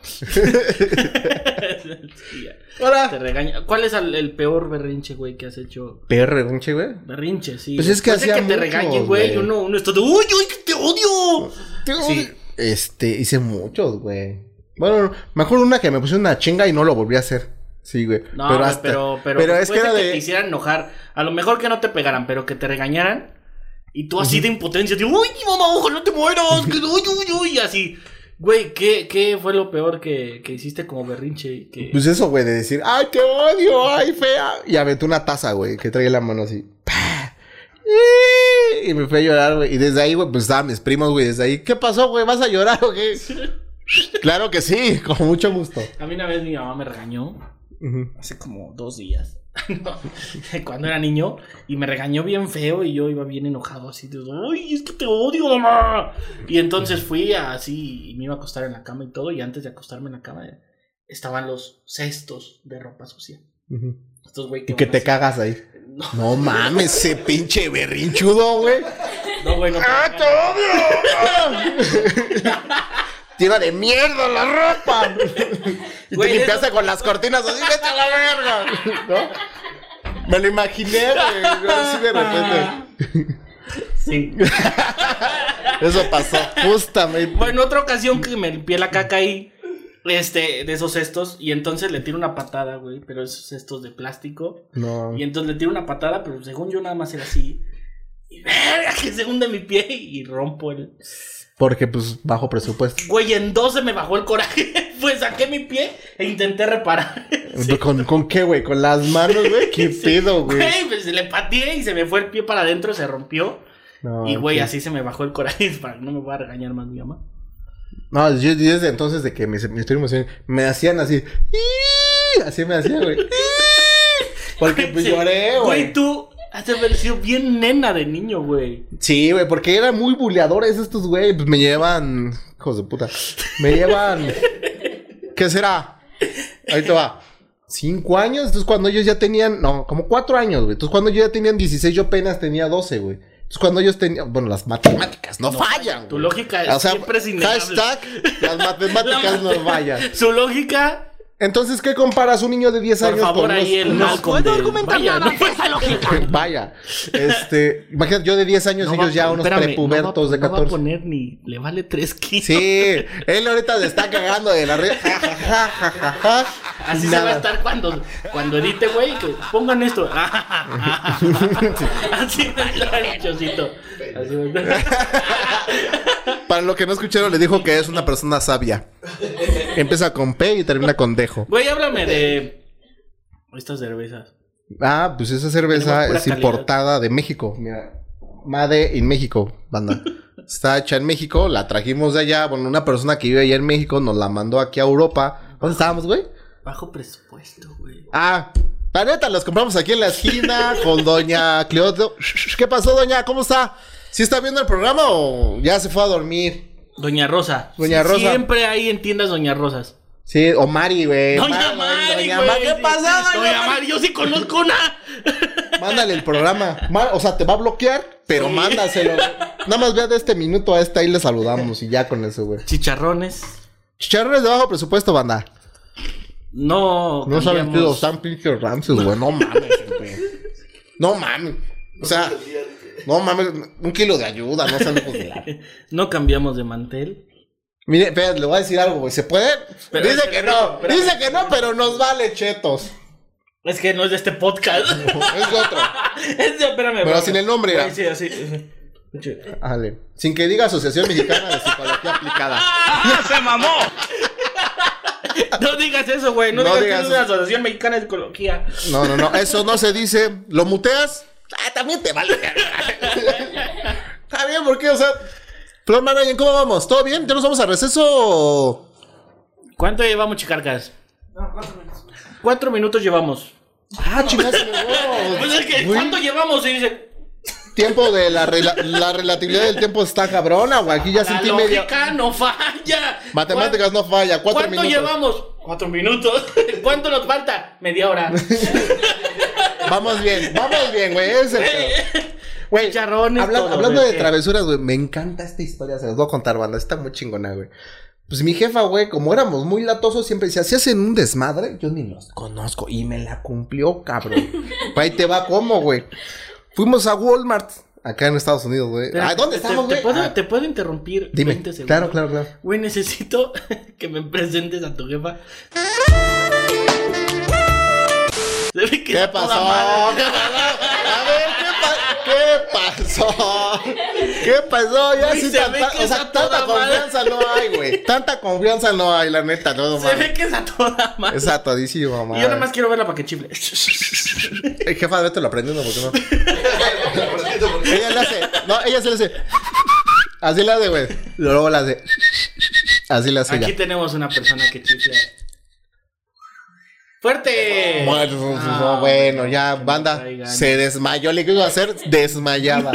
C: Sí, ya. Te
A: Hola.
C: regaña. ¿Cuál es el, el peor berrinche, güey, que has hecho?
A: PR, pinche, güey.
C: Berrinche, sí.
A: Pues
C: güey.
A: es que
C: Después de
A: hacía
C: que te
A: muchos,
C: regañen, güey.
A: güey.
C: Uno, uno está de, ¡Uy, uy, te odio!
A: Sí. Este, hice muchos, güey. Bueno, me acuerdo una que me puse una chinga y no lo volví a hacer. Sí, güey.
C: No, pero,
A: hasta-
C: pero, pero,
A: es que
C: después
A: era
C: de que
A: de.
C: te hicieran enojar, a lo mejor que no te pegaran, pero que te regañaran, y tú así de impotencia, de, uy, mamá, ojo, no te mueras, que uy, uy, uy, y así. Güey, ¿qué, ¿qué fue lo peor que, que hiciste como berrinche? y Que...
A: Pues eso, güey, de decir, ¡ay, te odio! ¡Ay, fea! Y aventó una taza, güey, que traía la mano así. ¡Pah! ¡Ih! Y me fue a llorar, güey. Y desde ahí, güey, pues estaban mis primos, güey, desde ahí. ¿Qué pasó, güey? ¿Vas a llorar o qué? claro que sí, con mucho gusto.
C: A mí una vez mi mamá me regañó,
A: Ujú.
C: hace como dos días, no, cuando era niño, y me regañó bien feo y yo iba bien enojado, así de, uy, es que te odio, mamá. Y entonces fui a- así, y me iba a acostar en la cama y todo, y antes de acostarme en la cama... Estaban los cestos de ropa sucia.
A: Ujú.
C: Estos güey
A: Y que
C: van
A: te
C: así.
A: cagas ahí.
C: No.
A: No mames, ese pinche berrinchudo, güey.
C: No, güey, no te
A: ¡Ah, te
C: regañan.
A: odio! Tira de mierda la ropa. y
C: Güey,
A: te limpiaste
C: eso-
A: con las cortinas así, vete a la verga. ¿No? Me lo imaginé, güey. Así de repente.
C: Sí.
A: Eso pasó justamente.
C: Bueno, otra ocasión que me limpié la caca ahí. Este, de esos cestos. Y entonces le tiro una patada, güey. Pero esos cestos de plástico.
A: No.
C: Y entonces le tiro una patada, pero según yo nada más era así. Y verga, que se hunde mi pie y rompo el.
A: Porque, pues, bajo presupuesto.
C: Güey, en dos se me bajó el coraje. Pues saqué mi pie e intenté reparar.
A: ¿Con, ¿Con qué, güey? ¿Con las manos, güey? ¿Qué pedo, güey?
C: Güey, pues le pateé y se me fue el pie para adentro, se rompió.
A: No,
C: y güey,
A: Ah, ok.
C: así se me bajó el coraje. Para que no me va a regañar más mi mamá.
A: No, yo yo desde entonces de que mis, mis primos me hacían así. "Ii", Así me hacían, güey. "Ii", Porque pues
C: Sí.
A: lloré, güey.
C: Güey, tú Has de haber sido bien nena de niño, güey.
A: Sí, güey, porque eran muy buleadores estos, güey. Pues me llevan. Hijos de puta. Me llevan. ¿Qué será? Ahí te va. Cinco años. Entonces, cuando ellos ya tenían. No, como cuatro años, güey. Entonces, cuando ellos ya tenían 16, yo apenas tenía 12, güey. Entonces, cuando ellos tenían. Bueno, las matemáticas no, fallan.
C: Tu
A: güey.
C: lógica es siempre es innegable.
A: hashtag, las matemáticas no fallan.
C: Su lógica,
A: Entonces, ¿qué comparas un niño de 10
C: por
A: años
C: favor,
A: con unos-
C: ahí el
A: unos-
C: Malcolm de- Vaya, no fue-
A: Vaya, este, imagínate, yo de 10 años,
C: No va
A: ellos
C: a
A: ya
C: poner-
A: unos
C: espérame,
A: prepubertos
C: no va-
A: de
C: No va a
A: 14.
C: poner ni... Le vale 3 kilos.
A: Sí, él ahorita se está cagando de la risa. Ja, ja, ja, ja, ja, ja.
C: Así se
A: Nada.
C: va a estar cuando, cuando edite, güey. que Pongan esto. Así va a estar el chocito. Así va a estar.
A: Para lo que no escucharon, le dijo que es una persona sabia. Empieza con P y termina con Dejo.
C: Güey, háblame de estas cervezas.
A: Ah, pues esa cerveza
C: Tenemos pura
A: es
C: calidad.
A: importada de México. Mira, Made in México, banda. Está hecha en México, la trajimos de allá. Bueno, una persona que vive allá en México nos la mandó aquí a Europa. ¿Dónde estábamos, güey?
C: Bajo presupuesto, güey.
A: Ah, la neta, los compramos aquí en la esquina con doña Cleodo. ¿Qué pasó, doña? ¿Cómo está? ¿Sí está viendo el programa o ya se fue a dormir?
C: Doña Rosa.
A: Doña
C: Sí,
A: Rosa.
C: Siempre hay en tiendas Doña Rosas.
A: Sí, o Mari, güey.
C: Doña
A: Mari,
C: Mari,
A: doña
C: güey.
A: Ma- ¿Qué
C: sí.
A: pasó, doña,
C: Doña
A: Mari?
C: Mari? Yo sí conozco una.
A: Mándale el programa. Ma- O sea, te va a bloquear, pero
C: Sí.
A: mándaselo. güey. Nada más vea de este minuto a esta y le saludamos y ya con eso, güey.
C: Chicharrones.
A: Chicharrones de bajo presupuesto, banda.
C: No.
A: No saben que
C: cambiamos.
A: los están pinches ranchos, güey. No mames, güey. No mames. O sea, no mames. Un kilo de ayuda, no sean lejos de la
C: No cambiamos de mantel.
A: Mire, espérate, le voy a decir algo, güey. ¿Se puede?
C: Pero-
A: dice que no,
C: pero-
A: dice que no, pero nos vale chetos.
C: Es que no es de este podcast.
A: Es de otro.
C: Es de- espérame,
A: Pero
C: espérame.
A: sin el nombre,
C: Güey,
A: era.
C: Sí, así.
A: Ándale. Sin que diga Asociación Mexicana de Psicología Aplicada.
C: No digas eso, güey. No,
A: No
C: digas,
A: digas
C: que es una
A: eso.
C: asociación mexicana de psicología.
A: No, no, no. Eso no se dice. ¿Lo muteas? Ah, también te vale. Está bien, porque, o sea. Flor Manayen, ¿cómo vamos? ¿Todo bien? ¿Ya nos vamos a receso?
C: ¿Cuánto llevamos, chicarcas? cuatro minutos. Cuatro minutos llevamos.
A: Ah, chingados. no.
C: Pues es que,
A: Güey,
C: ¿cuánto llevamos? Y dice,
A: Tiempo de la, rela- la relatividad del tiempo está cabrona, güey. Aquí ya
C: la
A: sentí medio.
C: lógica no falla.
A: Matemáticas no falla.
C: ¿Cuánto,
A: Cuatro minutos.
C: llevamos? Cuatro minutos. ¿Cuánto nos falta? Media hora.
A: Vamos bien, vamos bien, güey. Ese pedo. Güey,
C: Chicharrones,
A: habla-
C: todo,
A: hablando
C: güey,
A: de
C: ¿qué?
A: travesuras, güey, me encanta esta historia. Se las voy a contar, banda. Está muy chingona, güey. Pues mi jefa, güey, como éramos muy latosos, siempre decía, si hacen un desmadre, yo ni los conozco. Y me la cumplió, cabrón. Pues ahí te va cómo, güey. Fuimos a Walmart, acá en Estados Unidos, güey. Ah, ¿Dónde
C: Te-
A: estamos,
C: te,
A: güey?
C: puedo,
A: Ah,
C: te puedo interrumpir
A: dime.
C: 20 segundos?
A: Claro, claro, claro.
C: Güey, necesito que me presentes a tu jefa. Se ve que
A: ¿Qué
C: está toda
A: pasó?
C: madre.
A: ¿Qué pasó? A ver, ¿qué, pa- qué pasó? ¿Qué pasó? Ya
C: Güey,
A: sí
C: se ve
A: tanta,
C: que
A: o sea,
C: está
A: tanta
C: toda madre.
A: confianza no hay, güey. Tanta confianza no hay, la neta, no, no
C: Se
A: mames.
C: ve que es a toda madre.
A: Es atadísimo, mamá.
C: Y yo nada más quiero verla para que chifle.
A: Eh, Jefa, vete lo aprendiendo, ¿por qué no? ella le hace, no, ella se le hace. Así la hace, güey. Luego la hace. Así la hace
C: Aquí
A: ella.
C: tenemos una persona que chifla. ¡Fuerte!
A: Bueno, no,
C: Ah,
A: bueno, ya,
C: que me
A: banda,
C: traigan.
A: se desmayó. Le quiso hacer desmayada.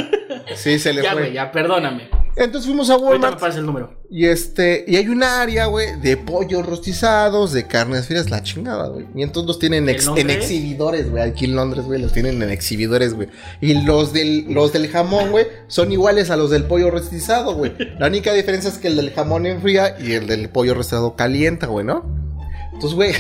A: Sí, se le
C: Ya,
A: fue.
C: güey, ya, perdóname.
A: Entonces fuimos a
C: Ahorita me
A: Walmart.
C: pasa el número.
A: Y este, y hay un área, güey, de pollos rostizados, de carnes frías, la chingada, güey. Y entonces los tienen
C: ¿En
A: ex- en
C: Londres?
A: exhibidores, güey. Aquí en Londres, güey, los tienen en exhibidores, güey. Y los del, los del jamón, güey, son iguales a los del pollo rostizado, güey. La única diferencia es que el del jamón enfría y el del pollo rostizado calienta, güey, ¿no? Entonces, güey.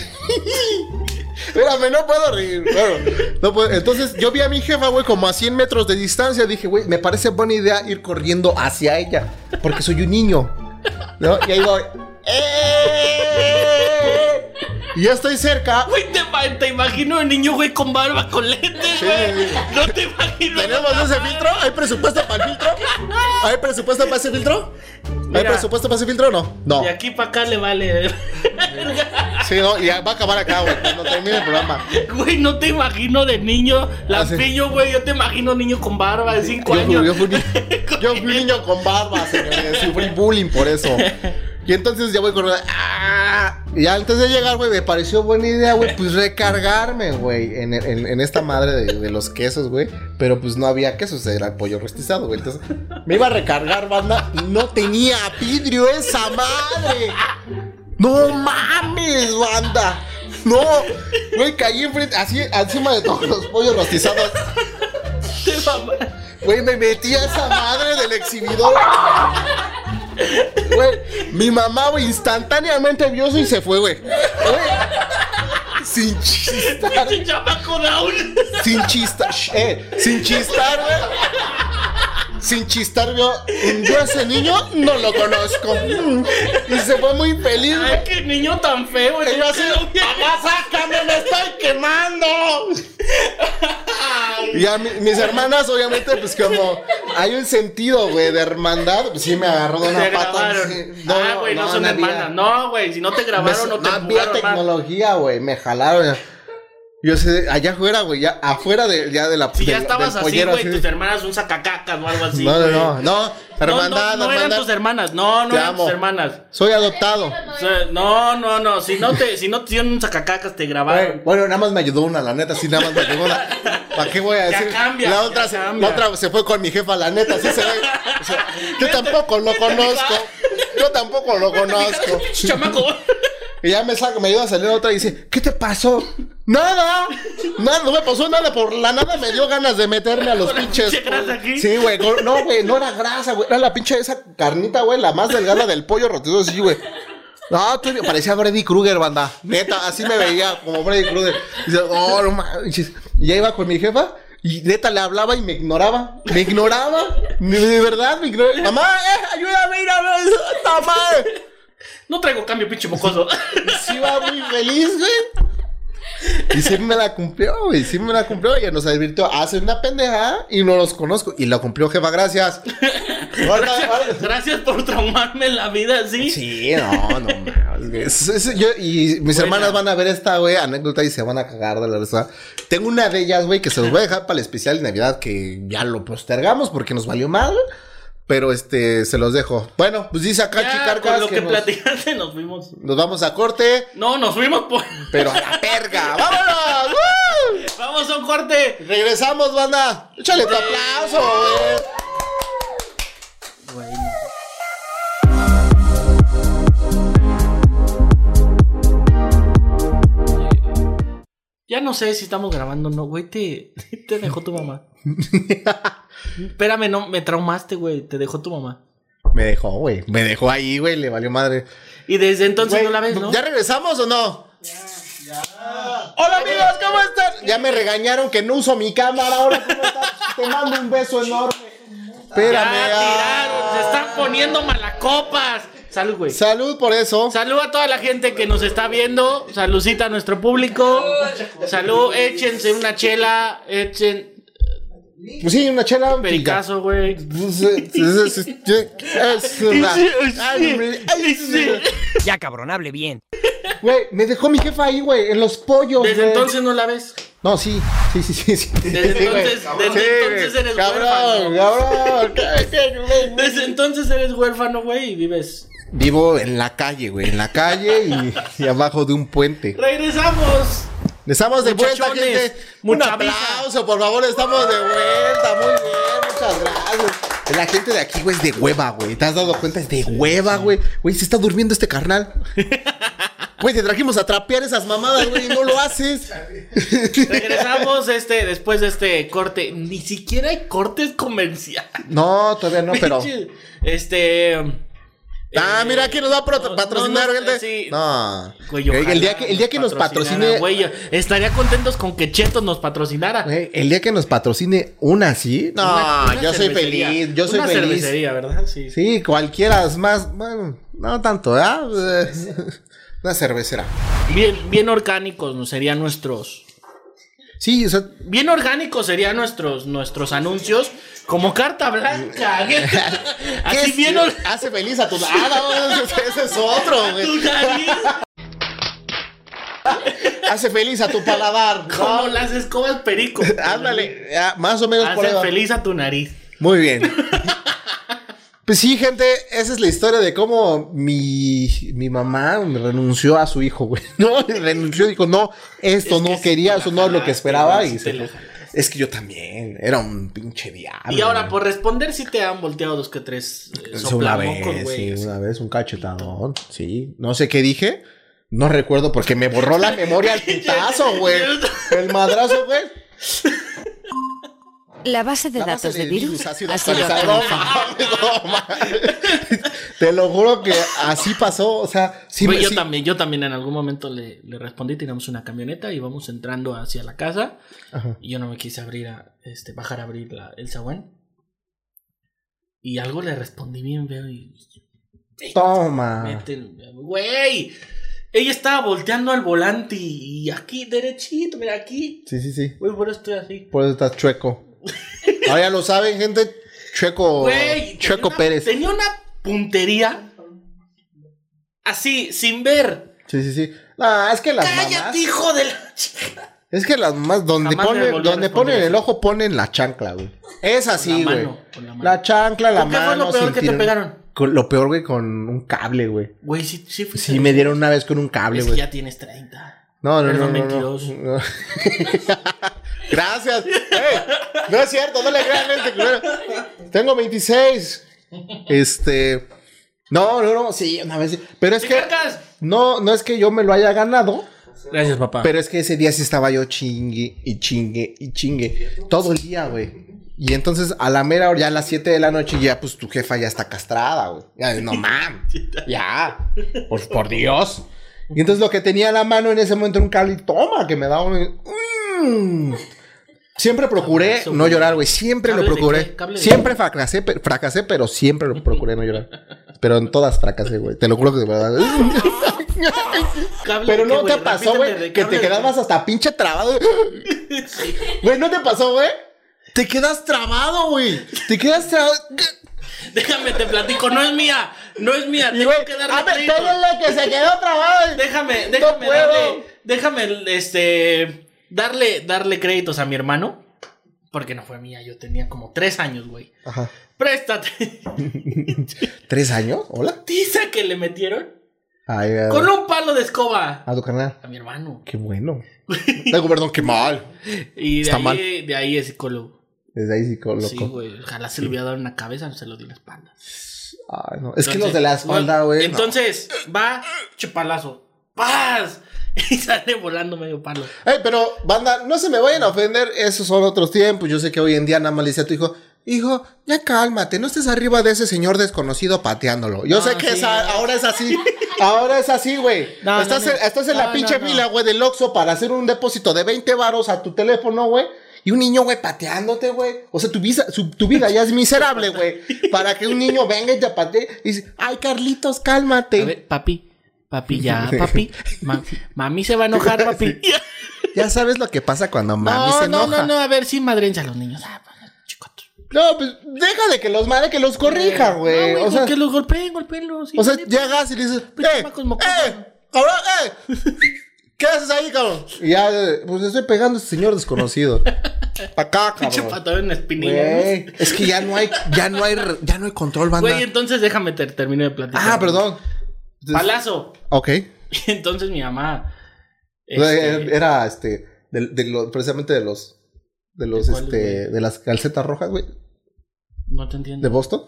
A: Espérame, no puedo reír. Bueno, no puedo- Entonces, yo vi a mi jefa, güey, como a 100 metros de distancia. Dije, güey, me parece buena idea ir corriendo hacia ella. Porque soy un niño. ¿No? Y ahí voy. ¡Eh! Y ya estoy cerca.
C: Güey, te, ma- te imagino un niño, güey, con barba, con lentes,
A: Sí,
C: güey.
A: sí.
C: No te imagino.
A: ¿Tenemos ese filtro? ¿Hay presupuesto para el filtro? ¿Hay presupuesto para ese filtro? ¿Hay
C: Mira.
A: presupuesto para ese filtro o no? No.
C: De aquí para acá le vale.
A: Sí, no, y va a acabar acá, güey. Cuando termine el programa.
C: Güey, no te imagino de niño lampiño, güey. Yo te imagino niño con barba de 5
A: Yo fui,
C: años.
A: yo fui un ni- yo fui un niño con barba, señores. Sufrí bullying por eso. Y entonces ya voy corriendo. ¡ah! Y ya antes de llegar, güey, me pareció buena idea, güey, pues recargarme, güey, en, en- en esta madre de, de los quesos, güey. Pero pues no había quesos, era pollo rostizado, güey. Entonces me iba a recargar, banda, y no tenía vidrio esa madre. No mames, banda. No, güey, caí enfrente, así, encima de todos los pollos rostizados.
C: Te mama-
A: Güey, me metí a esa madre del exhibidor. Güey, mi mamá, güey, instantáneamente vio eso y se fue, güey. Güey, Sin chistar,
C: ¡Pinche chamaco Down!
A: sin chistar, sh- eh, sin chistar, güey. Sin chistar, vio, yo a ese niño no lo conozco. Mm. Y se fue muy feliz,
C: ¡Ay,
A: güey.
C: qué niño tan feo!
A: Y yo así,
C: ¡Mamá, sácame, me estoy quemando!
A: Y a mi- mis hermanas, obviamente, pues como hay un sentido, güey, de hermandad, pues sí me agarró de una
C: Te
A: pata.
C: grabaron.
A: sí.
C: ah, güey, no, son
A: había.
C: hermanas. No, güey, si no te grabaron,
A: Me-
C: no te
A: había
C: empujaron, hermano.
A: tecnología, güey. Me jalaron. Yo sé, allá afuera, güey. Ya afuera de, ya de la
C: Si ya
A: del-
C: estabas
A: del
C: así,
A: pollero,
C: güey,
A: así.
C: tus hermanas un sacacacas o algo así.
A: No, no,
C: güey.
A: no. No, hermandad,
C: no, no, no eran
A: hermandad.
C: tus hermanas. No, no
A: Te
C: eran tus
A: amo.
C: hermanas.
A: Soy adoptado.
C: O sea, no, no, no. Si no te, si no te dieron un sacacacas, te
A: Güey,
C: grabaron.
A: Bueno, nada más me ayudó una, la neta, sí, nada más me ayudó una. ¿Para qué voy a
C: Ya
A: decir?
C: cambia,
A: la, otra
C: ya
A: se,
C: cambia.
A: la otra se fue con mi jefa, la neta, sí se ve. O sea, yo tampoco lo conozco. Yo tampoco lo conozco.
C: Chamaco.
A: Y ya me saca, me ayuda a salir otra y dice, ¿qué te pasó? Nada, nada, no me pasó nada, por la nada me dio ganas de meterme a los pinches.
C: pinche grasa aquí.
A: Sí, güey, con- no, güey, no era grasa, güey, era la pinche esa carnita, güey, la más delgada del pollo rotido, sí, güey. No, tú- parecía Freddy Krueger, banda. Neta, así me veía como Freddy Krueger. Y yo, oh, no manches. Y ya iba con mi jefa y neta le hablaba y me ignoraba. Me ignoraba. De de verdad, me ignoraba. Mamá, eh, ayúdame, mira, esta madre.
C: No traigo cambio, pinche mocoso.
A: Sí iba muy feliz, güey. Y sí me la cumplió, güey. Sí me la cumplió. Ella nos advirtió, hace una pendeja y no los conozco. Y la cumplió, jefa, gracias. Ahora- ahora-
C: Gracias por traumarme la vida así.
A: Sí, no, no mames, güey. Es- es- yo- y mis
C: Buena.
A: hermanas van a ver esta, güey, anécdota y se van a cagar de la risa. Tengo una de ellas, güey, que se los voy a dejar para el especial de Navidad, que ya lo postergamos porque nos valió mal. Pero este, se los dejo. Bueno, pues dice acá
C: Ya,
A: Chicarcas
C: con lo
A: que
C: que
A: nos-
C: platicaste nos fuimos.
A: nos vamos a corte.
C: No, nos fuimos pues. por...
A: Pero a la perga. ¡Vámonos! ¡Woo!
C: Vamos a un corte.
A: Regresamos, banda. Échale tu aplauso, güey.
C: Ya no sé si estamos grabando o no, güey. Te, te dejó tu mamá. Espérame, no, me traumaste, güey. Te dejó tu mamá.
A: Me dejó, güey. Me dejó ahí, güey. Le valió madre.
C: Y desde entonces
A: Güey,
C: no la ves, ¿no?
A: ¿Ya regresamos o no? Hola amigos, ¿cómo están? Ya me regañaron que no uso mi cámara. Ahora, ¿cómo estás? Te mando un beso enorme.
C: Ya
A: Espérame. ah.
C: tiraron, se están poniendo malacopas. Salud, güey.
A: Salud por eso.
C: Salud a toda la gente que nos está viendo. Saludcita a nuestro público. Salud, échense una chela. Echen.
A: Pues sí, una chela. y ya.
C: Pericazo, güey.
A: Pues, eh, es- es- es- es- es-
D: Ya cabrón, hable bien.
A: Güey, me dejó mi jefa ahí, güey, en los pollos.
C: Desde
A: güey.
C: entonces no la ves.
A: No, sí, sí, sí, sí. sí.
C: Desde
A: Sí, güey.
C: entonces- desde
A: Sí,
C: entonces
A: güey.
C: eres
A: cabrón, cabrón. ¿Qué, qué, güey?
C: Desde entonces eres huérfano, güey, y vives.
A: Vivo en la calle, güey, en la calle y, y abajo de un puente.
C: ¡Regresamos!
A: Estamos de vuelta,
C: Muchachones,
A: gente. Un
C: mucha
A: aplauso, por favor, estamos de vuelta. Muy bien, muchas gracias. La gente de aquí, güey, es de hueva, güey. ¿Te has dado cuenta? Es de hueva, güey. Güey, se está durmiendo este carnal. Güey, te trajimos a trapear esas mamadas, güey, y no lo haces.
C: Regresamos este, después de este corte. Ni siquiera hay cortes comerciales.
A: No, todavía no, pero.
C: Este.
A: Ah,
C: eh,
A: mira, aquí nos va a pro-
C: no,
A: patrocinar,
C: no, no,
A: gente.
C: sí.
A: No.
C: güey,
A: El-
C: ojalá
A: el día que, el día que nos patrocine.
C: patrocinara, güey, yo estaría contentos con que Chetos nos patrocinara.
A: güey, el día que nos patrocine una así. No,
C: Una- una
A: yo soy
C: cervecería.
A: feliz. Yo soy
C: Una
A: feliz.
C: cervecería, ¿verdad? Sí.
A: Sí, cualquiera es más. Bueno, no tanto, ¿verdad? Una cervecera.
C: Bien, bien orgánicos nos serían nuestros.
A: Sí, o sea.
C: Bien orgánicos serían nuestros, nuestros anuncios. Como carta blanca. Así
A: ¿qué
C: bien
A: es-
C: or-
A: Hace feliz a tu. Ah, no, ese, ese es otro, güey.
C: tu nariz,
A: Hace feliz a tu paladar.
C: Como
A: No,
C: las escobas perico.
A: ándale. ah, Más o menos por ahí
C: Hace
A: va.
C: feliz a tu nariz.
A: Muy bien. Pues sí, gente, esa es la historia de cómo mi, mi mamá renunció a su hijo, güey. No, renunció, dijo, no, esto
C: Es que
A: no
C: sí
A: quería,
C: te la
A: eso no es lo que
C: jalaste,
A: esperaba.
C: güey, sí
A: Y
C: te
A: se
C: la
A: fue. es que yo también, era un pinche diablo.
C: Y ahora,
A: güey.
C: por responder, sí te han volteado dos que tres eh,
A: Sí, una
C: soplamocos,
A: vez, sí,
C: güey. así.
A: una vez, un cachetadón, sí. No sé qué dije, no recuerdo porque me borró la memoria el putazo, güey. El madrazo, güey.
E: La base de
A: La base
E: datos de
A: del
E: virus
A: ha sido
E: ha sido
A: actualizada.
E: actualizada.
A: Ah, No mames, no mames. Te lo juro que así pasó, o sea, sí
C: Güey,
A: me-
C: yo
A: sí-
C: también, yo también en algún momento le, le respondí, teníamos una camioneta y vamos entrando hacia la casa.
A: Ajá.
C: Y yo no me quise abrir a, este, bajar a abrir la- el zaguán. Y algo le respondí bien veo y...
A: Toma.
C: Mételo, Ah. Güey, ella estaba volteando al volante y, y aquí, derechito, mira, aquí.
A: Sí, sí, sí.
C: Güey, pero estoy así.
A: Por eso estás chueco. Ahora ya lo saben, gente. Chueco.
C: Güey,
A: Oh, chueco
C: tenía una-
A: Pérez.
C: Tenía una puntería así, sin ver.
A: Sí, sí, sí. Ah, es que las
C: ¡Cállate,
A: mamás.
C: hijo de la chica!
A: Es que las mamás, donde
C: Jamás le
A: ponen,
C: volvió a
A: donde
C: responder
A: ponen el
C: así.
A: ojo, ponen la chancla, güey. Es así,
C: La
A: güey.
C: mano, con la mano.
A: La chancla, la
C: ¿Con qué
A: mano.
C: fue lo peor
A: sin
C: que te
A: tirar-
C: pegaron?
A: Con- lo peor, güey, con un cable, güey.
C: Güey, sí, sí fuiste.
A: Sí, me dieron una vez con un cable,
C: Es que
A: güey.
C: ya tienes 30.
A: No, no,
C: Perdón,
A: no, no, no.
C: 22.
A: No. Gracias. Eh, no es cierto, no le crean a este culero. Tengo 26. Este. No, no, no, sí, una vez. sí. Pero es
C: ¿Te
A: que.
C: cargas?
A: No, no es que yo me lo haya ganado.
C: Gracias, papá.
A: Pero es que ese día sí estaba yo chingue y chingue y chingue. Todo el día, güey. Y entonces a la mera hora, ya a las 7 de la noche, ya pues tu jefa ya está castrada, güey. Ya, no mames. Ya. Por, por Dios. Y entonces lo que tenía a la mano en ese momento era un cable. y Toma, que me daba un... Mm. Siempre procuré
C: Abrazo,
A: no
C: güey.
A: llorar, güey. Siempre lo
C: ¿Cable de
A: procuré.
C: qué? ¿Cable de
A: Siempre fracasé, pe- fracasé, pero siempre lo procuré no llorar. Pero en todas fracasé, güey. Te lo juro que de verdad. Pero no te pasó, güey, que te quedabas hasta pinche trabado. Güey, ¿no te pasó, güey? Te quedas trabado, güey. Te quedas trabado.
C: Déjame, te platico. No es mía. No es mía.
A: Y,
C: Tengo
A: güey,
C: que
A: a
C: darle
A: ver,
C: crédito.
A: péguenle que se quedó trabado.
C: Déjame,
A: No
C: déjame
A: puedo.
C: darle, déjame, este, darle, darle créditos a mi hermano, porque no fue mía, yo tenía como tres años, güey.
A: Ajá.
C: Préstate,
A: ¿Tres años? ¿Hola?
C: tiza que le metieron
A: Ay, a,
C: con un palo de escoba
A: a tu carnal.
C: a mi hermano.
A: Qué bueno. Digo, perdón, qué mal.
C: Y de
A: Está mal.
C: ahí, de ahí es psicólogo.
A: Desde ahí sí, co- loco.
C: Sí, güey, ojalá se le hubiera dado en la cabeza, no se lo di en la espalda.
A: Ay, no. Es que
C: Entonces,
A: los de la espalda,
C: no,
A: güey. no.
C: Entonces, va, chupalazo, paz, y sale volando medio palo.
A: Ay, pero, banda, no se me vayan a ofender, esos son otros tiempos. Yo sé que hoy en día nada más le dice a tu hijo, hijo, ya cálmate, no estés arriba de ese señor desconocido pateándolo. Yo
C: No,
A: sé que
C: Ah, sí,
A: es a-
C: no.
A: ahora es así, ahora es así, güey.
C: No, no,
A: estás,
C: no.
A: en- estás en la
C: No,
A: pinche
C: no, no.
A: fila, güey, del Oxxo para hacer un depósito de 20 varos a tu teléfono, güey. Y un niño, güey, pateándote, güey. O sea, tu, visa- su- tu vida ya es miserable, güey. Para que un niño venga y te patee. Y dice, ay, Carlitos, cálmate.
C: A ver, papi, papi, ya, papi. Ma- mami se va a enojar, papi.
A: Ya sabes lo que pasa cuando mami
C: no,
A: se
C: no,
A: enoja.
C: no, no, a ver, sí, madrense a los niños. Ah, chicotos.
A: No, pues deja de que los madre que los corrija, güey.
C: No,
A: Eh, o sea,
C: que los golpeen, golpeenlos. sí,
A: o sea
C: dale,
A: llegas y le dices,
C: Pinche
A: ¡eh!
C: chamacos mocosos.
A: ¡eh! ¡Cabrón, eh! ¿Qué haces ahí, cabrón? Y ya, eh, pues estoy pegando a este señor desconocido. Pa' acá,
C: pinche
A: cabrón.
C: patadón en la espinilla. ¿no?
A: Güey, es que ya no hay, ya no hay, re- ya no hay control, banda.
C: Güey, entonces déjame ter- termino de platicar.
A: ah, perdón.
C: Palazo.
A: Ok.
C: Y entonces mi mamá.
A: O sea,
C: este,
A: Era, este, de, de lo- precisamente de los, de los,
C: ¿De cuáles,
A: este, de las calcetas rojas, güey,
C: no te entiendo.
A: de Boston.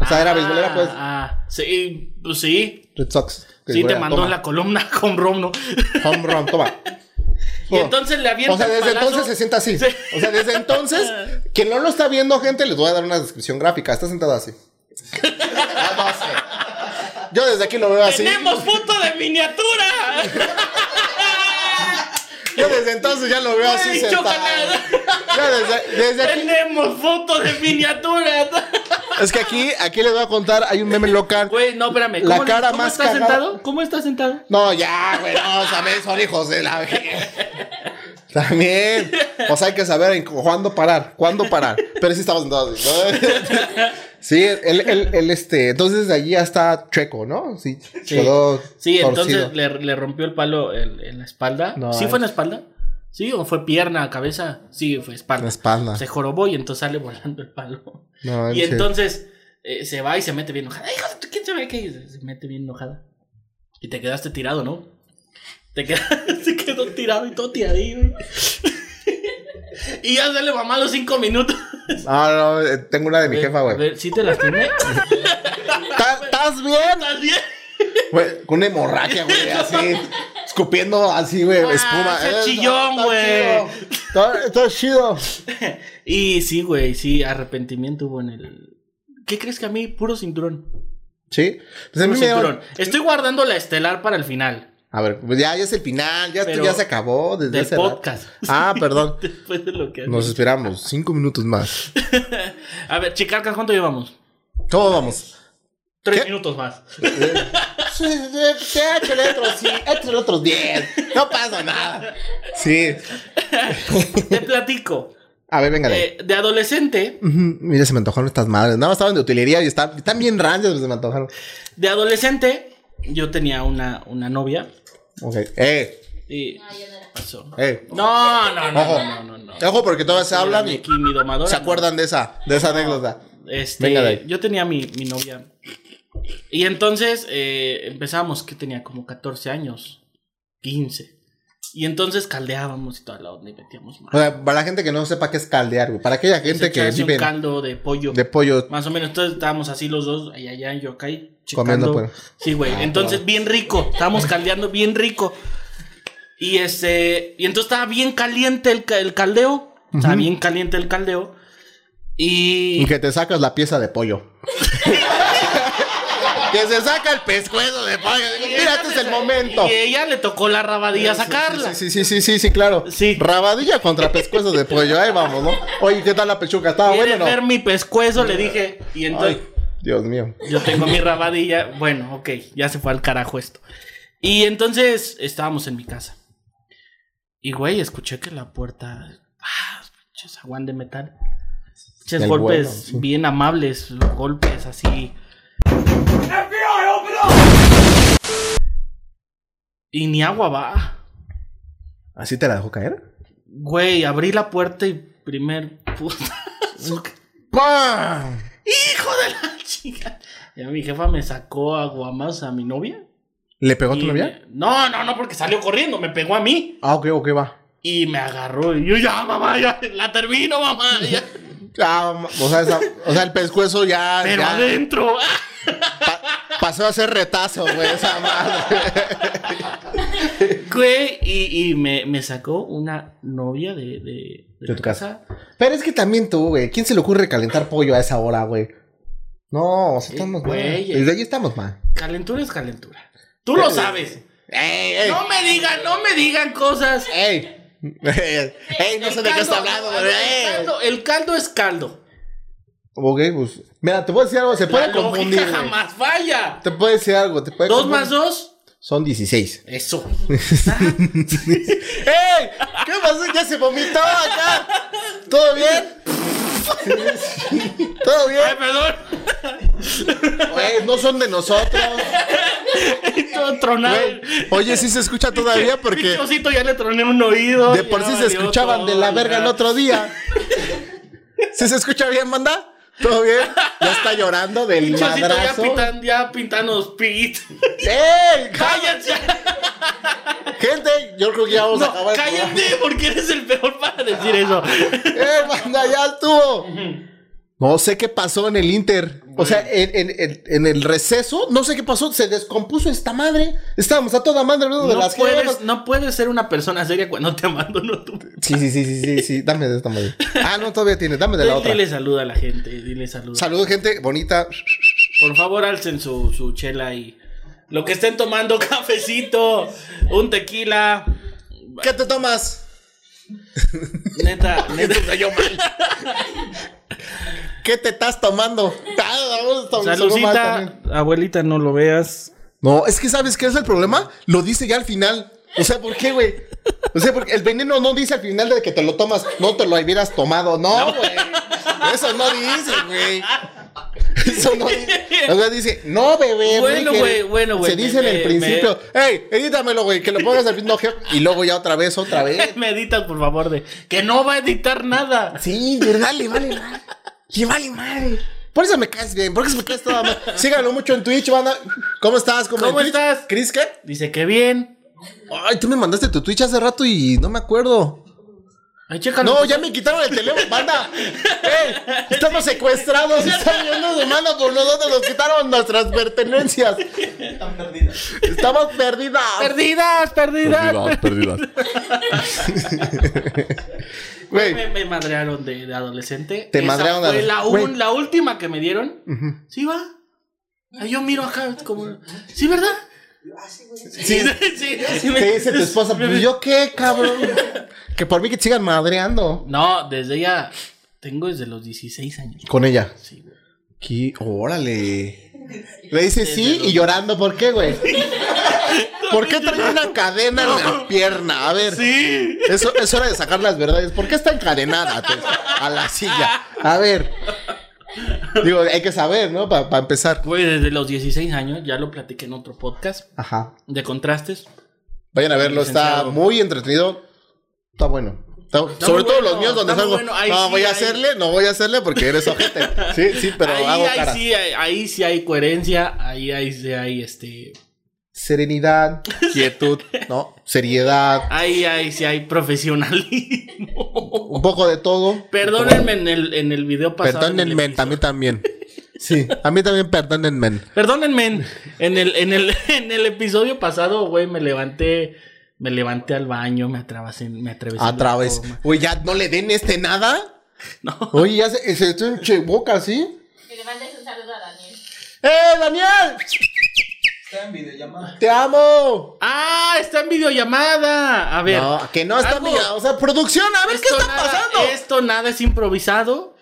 A: O sea, era beisbolera, pues,
C: Ah, sí, pues sí.
A: Red Sox.
C: Sí, te
A: Beisbolera,
C: mandó
A: toma.
C: la columna con Romno.
A: Home run, toma.
C: Y entonces le avienta
A: O sea,
C: el
A: desde
C: palazo.
A: entonces se sienta así.
C: Sí.
A: O sea, desde entonces, quien no lo está viendo, gente, les voy a dar una descripción gráfica. Está sentado así. Ah, no sé. Yo desde aquí lo veo así.
C: ¡Tenemos foto de miniatura!
A: Yo desde entonces ya lo veo así
C: Güey,
A: sentado.
C: chócala.
A: Yo desde, desde aquí.
C: Tenemos fotos de miniaturas.
A: Es que aquí, aquí les voy a contar, hay un meme local.
C: Güey, no, espérame.
A: La
C: ¿Cómo,
A: cara
C: ¿cómo
A: más
C: estás
A: cagada.
C: sentado? ¿Cómo estás sentado?
A: No, ya, güey, no, también son hijos de la También. O sea, hay que saber en cu- cuándo parar, cuándo parar. Pero sí estamos sentados. así, ¿no? Sí, el, el, el, este, entonces de allí ya está Checo, ¿no? Sí,
C: Sí.
A: todo
C: Sí,
A: torcido.
C: entonces le, le rompió el palo en, en la espalda.
A: No,
C: ¿Sí
A: es-
C: fue en la espalda? ¿Sí? ¿O fue pierna, cabeza? Sí, fue espalda.
A: La espalda.
C: Se jorobó y entonces sale volando el palo.
A: No,
C: y
A: sí.
C: entonces eh, se va y se mete bien enojada. "Hijo de tu- ¿Quién sabe qué? Y se- se mete bien enojada. Y te quedaste tirado, ¿no? Te quedaste quedó tirado y todo tiradillo. güey. y ya sale mamá a los cinco minutos.
A: Ah, no, eh, tengo una de mi jefa,
C: A
A: güey.
C: ver, ¿sí te lastimé?
A: ¿Estás estás bien?
C: ¿Estás bien?
A: Güey, con una hemorragia, güey, así. Escupiendo así, güey,
C: Ah,
A: espuma.
C: ese
A: Eh,
C: chillón,
A: está- está
C: güey.
A: chido. Está, está chido.
C: Y sí, güey, sí, arrepentimiento hubo en el... ¿Qué crees que a mí? Puro cinturón.
A: Sí. Pues a
C: Puro
A: mí me dio-
C: cinturón. Estoy guardando la estelar para el final
A: A ver, pues ya, ya es el final, ya, esto
C: Pero-
A: ya se acabó desde
C: del
A: hace rato.
C: podcast.
A: Ah, perdón.
C: Después de lo que...
A: Nos esperamos cinco minutos más.
C: A ver, chicarcas, ¿cuánto llevamos?
A: ¿Cómo vamos?
C: Tres
A: ¿Qué?
C: minutos más.
A: Sí, sí, Échale otros, sí, échale otros diez. No pasa nada. Sí.
C: Te platico.
A: A ver, venga.
C: Eh, de adolescente,
A: Ujú, Mira, se me antojaron estas madres. Nada más estaban de utilería y están, están bien ranchas, pero se me antojaron.
C: de adolescente, yo tenía una, una novia.
A: Ok. Eh,
C: Y...
E: Ah, ya no era.
C: Pasó.
A: eh.
C: No, no, no,
A: Ojo.
C: no, no, no.
A: Ojo, porque todavía se hablan y
C: Aquí mi domadora.
A: se acuerdan de esa, de esa anécdota.
C: Este,
A: Venga de ahí.
C: yo tenía mi, mi novia. Y entonces eh, empezamos, que tenía como 14 años, 15. Y entonces caldeábamos y toda la onda y metíamos
A: O
C: más.
A: sea, para la gente que no sepa qué es caldear, güey. Para aquella gente que
C: un
A: vive
C: caldo de pollo.
A: de pollo.
C: Más o menos, entonces estábamos así los dos, allá, allá, yo acá y checando.
A: Comiendo pollo. Ah,
C: Sí, güey. entonces, bien rico. Estábamos caldeando bien rico. Y este. Y entonces estaba bien caliente el, ca- el caldeo. Estaba bien caliente el caldeo.
A: Y
C: Y.
A: que te sacas la pieza de pollo. que se saca el pescuezo de pollo. Digo, Mira, este es el momento.
C: Y ella le tocó la rabadilla sacarla.
A: Sí, sí, sí, sí, sí, claro.
C: Sí.
A: Rabadilla contra pescuezo de pollo. Ahí vamos, ¿no? Oye, ¿qué tal la pechuga? ¿Estaba
C: ¿Quieres
A: Ah, bueno o no?
C: ver mi pescuezo? Le dije. Y entonces.
A: Ay, Dios mío.
C: Yo tengo mi rabadilla. Bueno, ok, ya se fue al carajo esto. Y entonces estábamos en mi casa. Y güey, escuché que la puerta. Ah, pinches aguán de metal. Pinches
A: Del
C: golpes
A: bueno, sí.
C: bien amables, golpes así. Y ni agua va.
A: ¿Así te la dejó caer?
C: Güey, abrí la puerta y primer puta.
A: ¡Pam!
C: ¡Hijo de la chica! Ya mi jefa me sacó a guamazos a mi novia.
A: ¿Le pegó a tu
C: Y
A: novia?
C: me- No, no, no, porque salió corriendo, me pegó a mí
A: Ah, ok, ok, va.
C: y me agarró. Y yo, ya, mamá, ya, la termino, mamá. ya".
A: Ah, ma- o, sea, esa- o sea, el pescuezo ya,
C: Pero
A: ya
C: adentro.
A: pa- pasó a ser retazo, güey, esa madre.
C: Güey, y, y me, me sacó una novia de, de, de
A: De
C: la
A: tu casa. Pero es que también tú, güey. ¿Quién se le ocurre calentar pollo a esa hora, güey? No, o sea, estamos mal.
C: güey, eh.
A: Desde ahí estamos mal.
C: Calentura es calentura. Tú
A: Eh,
C: lo sabes.
A: ¡Ey, ey!
C: No me digan, no me digan cosas.
A: ¡Ey! ¡Ey! Eh, No
C: El
A: sé de qué está
C: caldo-
A: hablando, eh.
C: el
A: güey. ¡Ey!
C: caldo- El caldo es caldo.
A: Ok, pues. Mira, te puedo decir algo. Se
C: La
A: puede confundir.
C: lógica
A: güey.
C: jamás falla.
A: Te puedo decir algo. Te puede
C: Dos
A: confundir.
C: más dos.
A: Son 16.
C: Eso.
A: ¡Ey! ¿Qué pasó? ¿Ya se vomitó acá? ¿Todo bien? ¿Todo
C: Ay,
A: bien?
C: perdón.
A: Güey, no son de nosotros.
C: Todo tronado.
A: Güey, Oye, sí se escucha todavía porque.
C: Pinche osito, ya le troné un oído.
A: De por
C: ya
A: sí se
C: valió
A: escuchaban
C: todo,
A: de la verga
C: ya.
A: el otro día. ¿Sí se escucha bien, manda? ¿Todo bien? Ya está llorando del
C: Pinche osito, ya,
A: madrazo.
C: pintan, ya pintanos pit.
A: ¡Ey! ca-
C: ¡Cállense!
A: Gente, yo creo que ya vamos a
C: No,
A: acabar. el
C: cállate porque eres el peor para decir eso.
A: programa. ¡Eh, manda, ya estuvo! No sé qué pasó en el Inter. O sea, en, en- en- en el receso, no sé qué pasó. Se descompuso esta madre. Estábamos a toda madre hablando de
C: No
A: las
C: puedes,
A: gemas.
C: no puedes ser una persona seria cuando te abandono tú.
A: Sí, sí, sí, sí, sí, sí. Dame de esta madre. Ah, no, todavía tiene. Dame de la otra.
C: Dile salud a la gente, dile salud.
A: Saludos, gente bonita.
C: Por favor, alcen su, su chela y lo que estén tomando, cafecito, un tequila.
A: ¿Qué te tomas?
C: Neta, neta.
A: ¿Qué te estás tomando? Ah, vamos a tomar solo más
C: Saludcita,
A: también.
C: abuelita, no lo veas.
A: No, es que ¿sabes qué es el problema? Lo dice ya al final. O sea, ¿por qué, güey? O sea, porque el veneno no dice al final de que te lo tomas. No te lo hubieras tomado. No, güey. Eso no dice, güey. Eso no dice. O sea, dice, no, bebé.
C: Bueno,
A: que-
C: güey, bueno, güey,
A: Se dice en
C: me-
A: el
C: me-
A: principio. Ey, edítamelo, güey, que lo pongas al final. Y luego ya otra vez, otra vez.
C: Me editas, por favor, de que no va a editar nada.
A: Sí, verdad, le vale madre. Le vale madre. Por eso me caes bien, por eso me caes toda mal. Síganlo mucho en Twitch, banda. ¿Cómo estás?
C: ¿Cómo
A: en Twitch?
C: estás?
A: ¿Chris qué?
C: Dice que bien.
A: Ay, tú me mandaste tu Twitch hace rato y no me acuerdo.
C: Ay, chécalo.
A: No, ya me quitaron el teléfono, banda. ¡Ey! Estamos secuestrados. Están viendo de mano por nosotros. Nos quitaron nuestras pertenencias. Estamos perdidas.
C: Perdidas, perdidas.
E: Perdidas, perdidas.
A: Güey.
C: Me, me madrearon de, de adolescente.
A: Te madrearon de
C: fue la,
A: adolescente.
C: un-
A: Güey.
C: la última que me dieron. Sí, va. Ah, yo miro acá como. Sí, ¿verdad?
A: Sí,
C: sí,
A: te dice tu esposa. "Pues ¿Yo qué, cabrón? Que por mí que te sigan madreando.
C: No, desde ella. Tengo desde los 16 años.
A: Con ella.
C: Sí, güey.
A: ¿Qué? Órale. Le dice sí y llorando. ¿Por qué, güey? ¿Por qué trae una cadena en la pierna? A ver.
C: Sí.
A: Eso es hora de sacar las verdades. ¿Por qué está encadenada pues, a la silla? A ver. Digo, hay que saber, ¿no? Para empezar.
C: Güey, desde los 16 años, ya lo platiqué en otro podcast
A: Ajá.
C: de contrastes.
A: Vayan a verlo, está
C: Licenciado.
A: muy entretenido. Está bueno. Está- sobre
C: muy
A: todo los
C: bueno,
A: míos donde
C: está muy
A: salgo.
C: bueno. Ahí
A: no
C: sí,
A: voy a
C: ahí-
A: hacerle, no voy a hacerle porque eres ojete. Sí, sí, pero
C: ahí,
A: hago
C: ahí
A: cara.
C: sí, hay- ahí sí hay coherencia, ahí, ahí sí hay este.
A: Serenidad, quietud, ¿no? Seriedad,
C: Ahí, ahí sí hay profesionalismo.
A: un poco de todo.
C: Perdónenme en el, en el video pasado.
A: Perdónenme,
C: en el
A: a mí también. Sí, a mí también
C: Pues
A: perdónenme.
C: Perdónenme, en- en el, en el, en el episodio pasado, güey, me levanté, me levanté al baño, me atravesé, me atravesé.
A: A
C: la
A: través.
C: cama.
A: Oye, ya no le den este nada.
C: No.
A: Oye, ya se, se echó un cheboca, ¿sí?
F: Que le mandes un saludo a Daniel.
A: ¡Eh, Daniel! ¡Te amo!
C: Ah, está en videollamada. A ver.
A: No, que no está
C: algo-
A: mi. O sea, producción, a ver qué
C: esto
A: está
C: nada- eh,
A: pasando.
C: Esto nada es improvisado,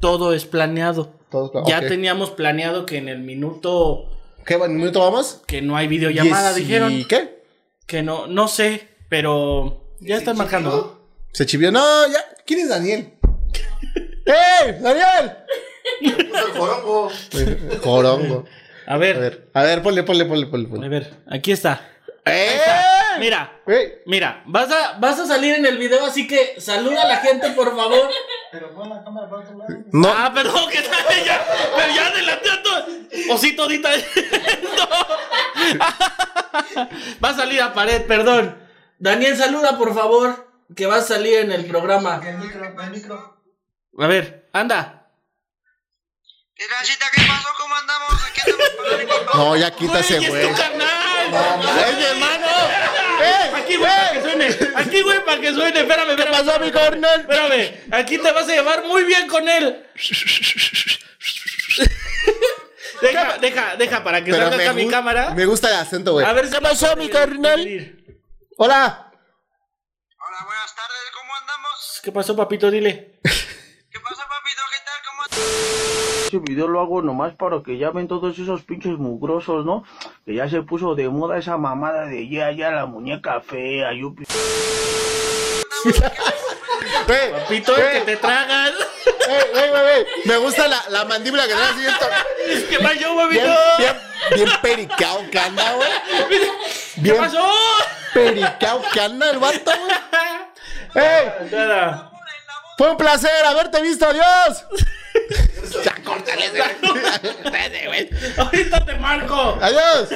C: todo es planeado.
A: Todos-
C: Ya
A: ok.
C: teníamos planeado que en el minuto
A: ¿Qué buen minuto vamos?
C: que no hay videollamada,
A: Dieci-
C: dijeron
A: qué?
C: que no, no sé, pero ya están marcando.
A: Se chivió. No, ya. ¿Quién es Daniel? ¡Ey, Daniel! Eh, Jorongo.
C: A ver,
A: A ver, a ver, ponle, ponle, ponle, ponle.
C: a
A: ponle.
C: ver, aquí está.
A: ¡Eh!
C: Mira,
A: Güey,
C: mira, vas a, vas a salir en el video, así que saluda a la gente, por favor.
A: No,
C: Ah, perdón, que está ya, pero ya adelanté a todo. Osito ahorita. No. Va a salir a pared, perdón. Daniel, saluda, por favor, que va a salir en el programa. A ver, anda.
G: ¿Qué transita? ¿Qué pasó? ¿Cómo andamos? Aquí andamos para el equipo.
A: no, ya quítase,
C: Güey,
A: güey.
C: es tu canal.
A: ¡Es mi hermano! ¡Eh!
C: Aquí, güey, para que suene. Aquí, güey, para que suene. Espérame, espérame.
A: pasó, mi carnal?
C: Espérame. Aquí te vas a llevar muy bien con él. Deja, deja, deja, para que
A: Pero
C: salga
A: me
C: acá mi
A: gu-
C: cámara.
A: Me gusta el acento, güey.
C: A ver, ¿qué pasó, mi carnal?
A: Hola.
G: Hola, buenas tardes. ¿Cómo andamos?
C: ¿Qué pasó, papito? Dile.
G: ¿Qué pasó, papito? ¿Qué tal? ¿Cómo andamos?
H: Este video lo hago nomás para que ya ven todos esos pinches mugrosos, ¿no? Que ya se puso de moda esa mamada de ya, ya la muñeca fea, yo
A: Güey,
C: Papito, el
A: Eh.
C: que te tragas.
A: güey, güey, güey, güey. Me gusta la, la mandíbula que trae así bien, to-
C: ¿Qué pasó,
A: bien,
C: papito?
A: bien, bien pericao que anda, güey.
C: ¿Qué
A: Bien
C: pasó?
A: pericao que anda el vato, güey. ¡Ey!
C: Nada.
A: Fue un placer haberte visto, adiós.
C: Ahorita te marco.
A: Adiós.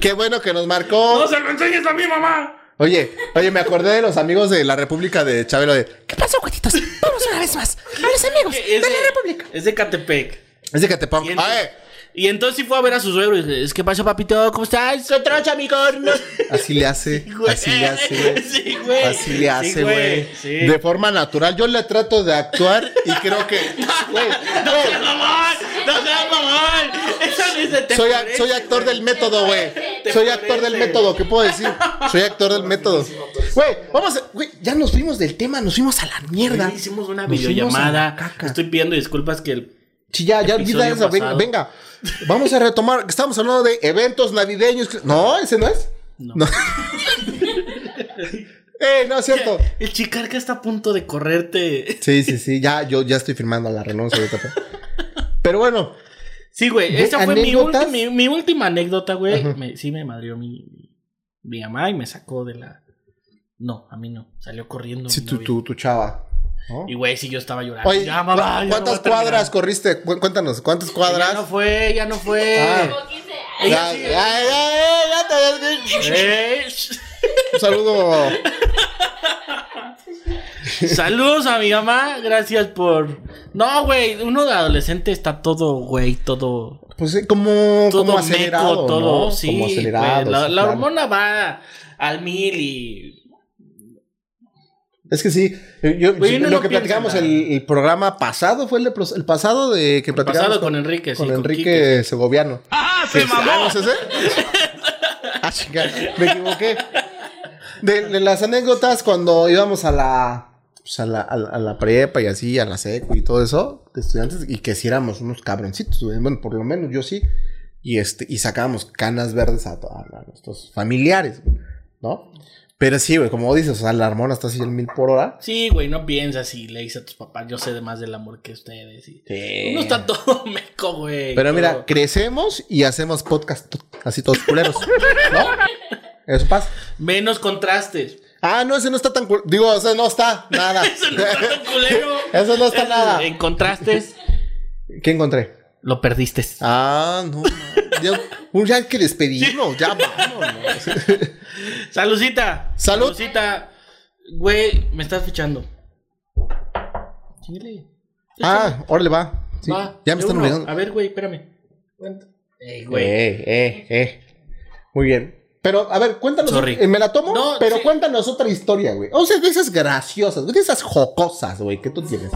A: Qué bueno que nos marcó.
C: No se lo enseñes a mi mamá.
A: Oye, oye, me acordé de los amigos de la República de Chabelo de. ¿Qué pasó, cuetitos? Vamos una vez más. A los amigos de
C: Es de,
A: la República.
C: es de Catepec.
A: Es de Catepec.
C: ¿Quién?
A: Ah, eh.
C: Y entonces sí fue a ver a su suegro y dice, es que pasó, papito, ¿cómo estás? Soy trocha, mi corno.
A: Así le hace. Así le hace, güey.
C: Sí, güey.
A: Así le
C: Sí,
A: hace, güey.
C: Sí.
A: De forma natural. Yo le trato de actuar y creo que. güey,
C: No seas mamón, no seas mamón. Eso ni se te
A: soy, a-
C: parece,
A: soy actor del método, güey.
F: parece?
A: Soy actor del método, ¿qué puedo decir? Soy actor del método. Güey, vamos a- Güey, ya nos fuimos del tema, nos fuimos a la mierda.
C: Güey, Hicimos una
A: Nos fuimos a la
C: videollamada.
A: caca.
C: Estoy pidiendo disculpas que el
A: Sí, ya, ya olvida
C: episodio
A: esa. Venga,
C: pasado.
A: venga. vamos a retomar. Estamos hablando de eventos navideños. No, ese no es.
C: No.
A: ¡Ey, Eh, no es cierto!
C: El chicarca está a punto de correrte.
A: Sí, sí, sí. Ya, yo ya estoy firmando la renuncia. ahorita, pero- Pero bueno,
C: Sí, güey.
A: ¿De
C: Esa fue mi,
A: anécdotas?
C: ulti- mi- mi última anécdota, güey. Me- sí, me madrió mi, mi mamá y me sacó de la. No, a mí no. Salió corriendo.
A: sí,
C: mi
A: tu,
C: novia.
A: tu, tu chava. ¿No?
C: Y güey, sí, yo estaba llorando.
A: Oye,
C: Ya, mamá,
A: ¿cu-
C: ya
A: ¿cuántas
C: no voy a terminar.
A: cuadras corriste? Cu- Cuéntanos, ¿cuántas cuadras?
C: Ya no fue, ya no fue.
A: Ah.
F: Como 15 años.
C: ella
A: Ya,
C: sí.
A: ya, ya, ya, ya te habías dicho.
C: Eh,
A: Un saludo.
C: Saludos a mi mamá, gracias por. No, güey, uno de adolescente está todo, güey, todo.
A: Pues sí, como,
C: todo
A: como
C: meco,
A: acelerado.
C: todo,
A: ¿no?
C: sí.
A: Como
C: güey,
A: acelerado.
C: la,
A: sí,
C: la
A: claro.
C: hormona va al mil y.
A: Es que sí. Yo, yo-
C: Güey, uno
A: lo
C: no
A: que
C: piensa
A: platicamos
C: nada.
A: el, el programa pasado fue el, de pros- el pasado de que platicamos.
C: Pasado con Enrique, sí,
A: con
C: con
A: Enrique Segoviano.
C: ¡Ah,
A: Sí, ah, ¿no es ese? Ah, chinga, me equivoqué. De, de las anécdotas cuando íbamos a la, pues, a la a la- a la prepa y así, a la secu y todo eso, de estudiantes, y que si éramos unos cabroncitos, güey. bueno, por lo menos yo sí, y este, y sacábamos canas verdes a, to- a- a nuestros familiares, güey, ¿no? Pero sí, güey, como dices, o sea, la hormona está así al mil por hora.
C: Sí, güey, no piensas si le dices a tus papás, yo sé de más del amor que ustedes. y- Uno está todo meco, güey.
A: Pero mira,
C: todo.
A: crecemos y hacemos podcast t- así todos culeros, ¿no? Eso pasa.
C: menos contrastes.
A: Ah, no, ese no está tan cul- Digo, ese no está nada.
C: Eso no está tan culero.
A: Eso no está
C: Eso-
A: nada.
C: En contrastes,
A: ¿Qué encontré?
C: lo perdiste.
A: Ah, no. ma- Ya, un- ya hay que despedirnos, ya vámonos.
C: Salucita.
A: Salud.
C: Salucita. Güey, me estás fichando. Chíngale.
A: Ah, órale, va. Sí,
C: Va,
A: ya me
C: de
A: están
C: uno.
A: obligando.
C: A ver, güey, espérame. Cuenta. Ey, güey.
A: Eh, eh, eh. Muy bien. Pero, a ver, cuéntanos.
C: Sorry.
A: eh, me la tomo,
C: No,
A: pero
C: sí.
A: cuéntanos otra historia, güey. O sea, de esas graciosas, güey, de esas jocosas, güey, que tú tienes.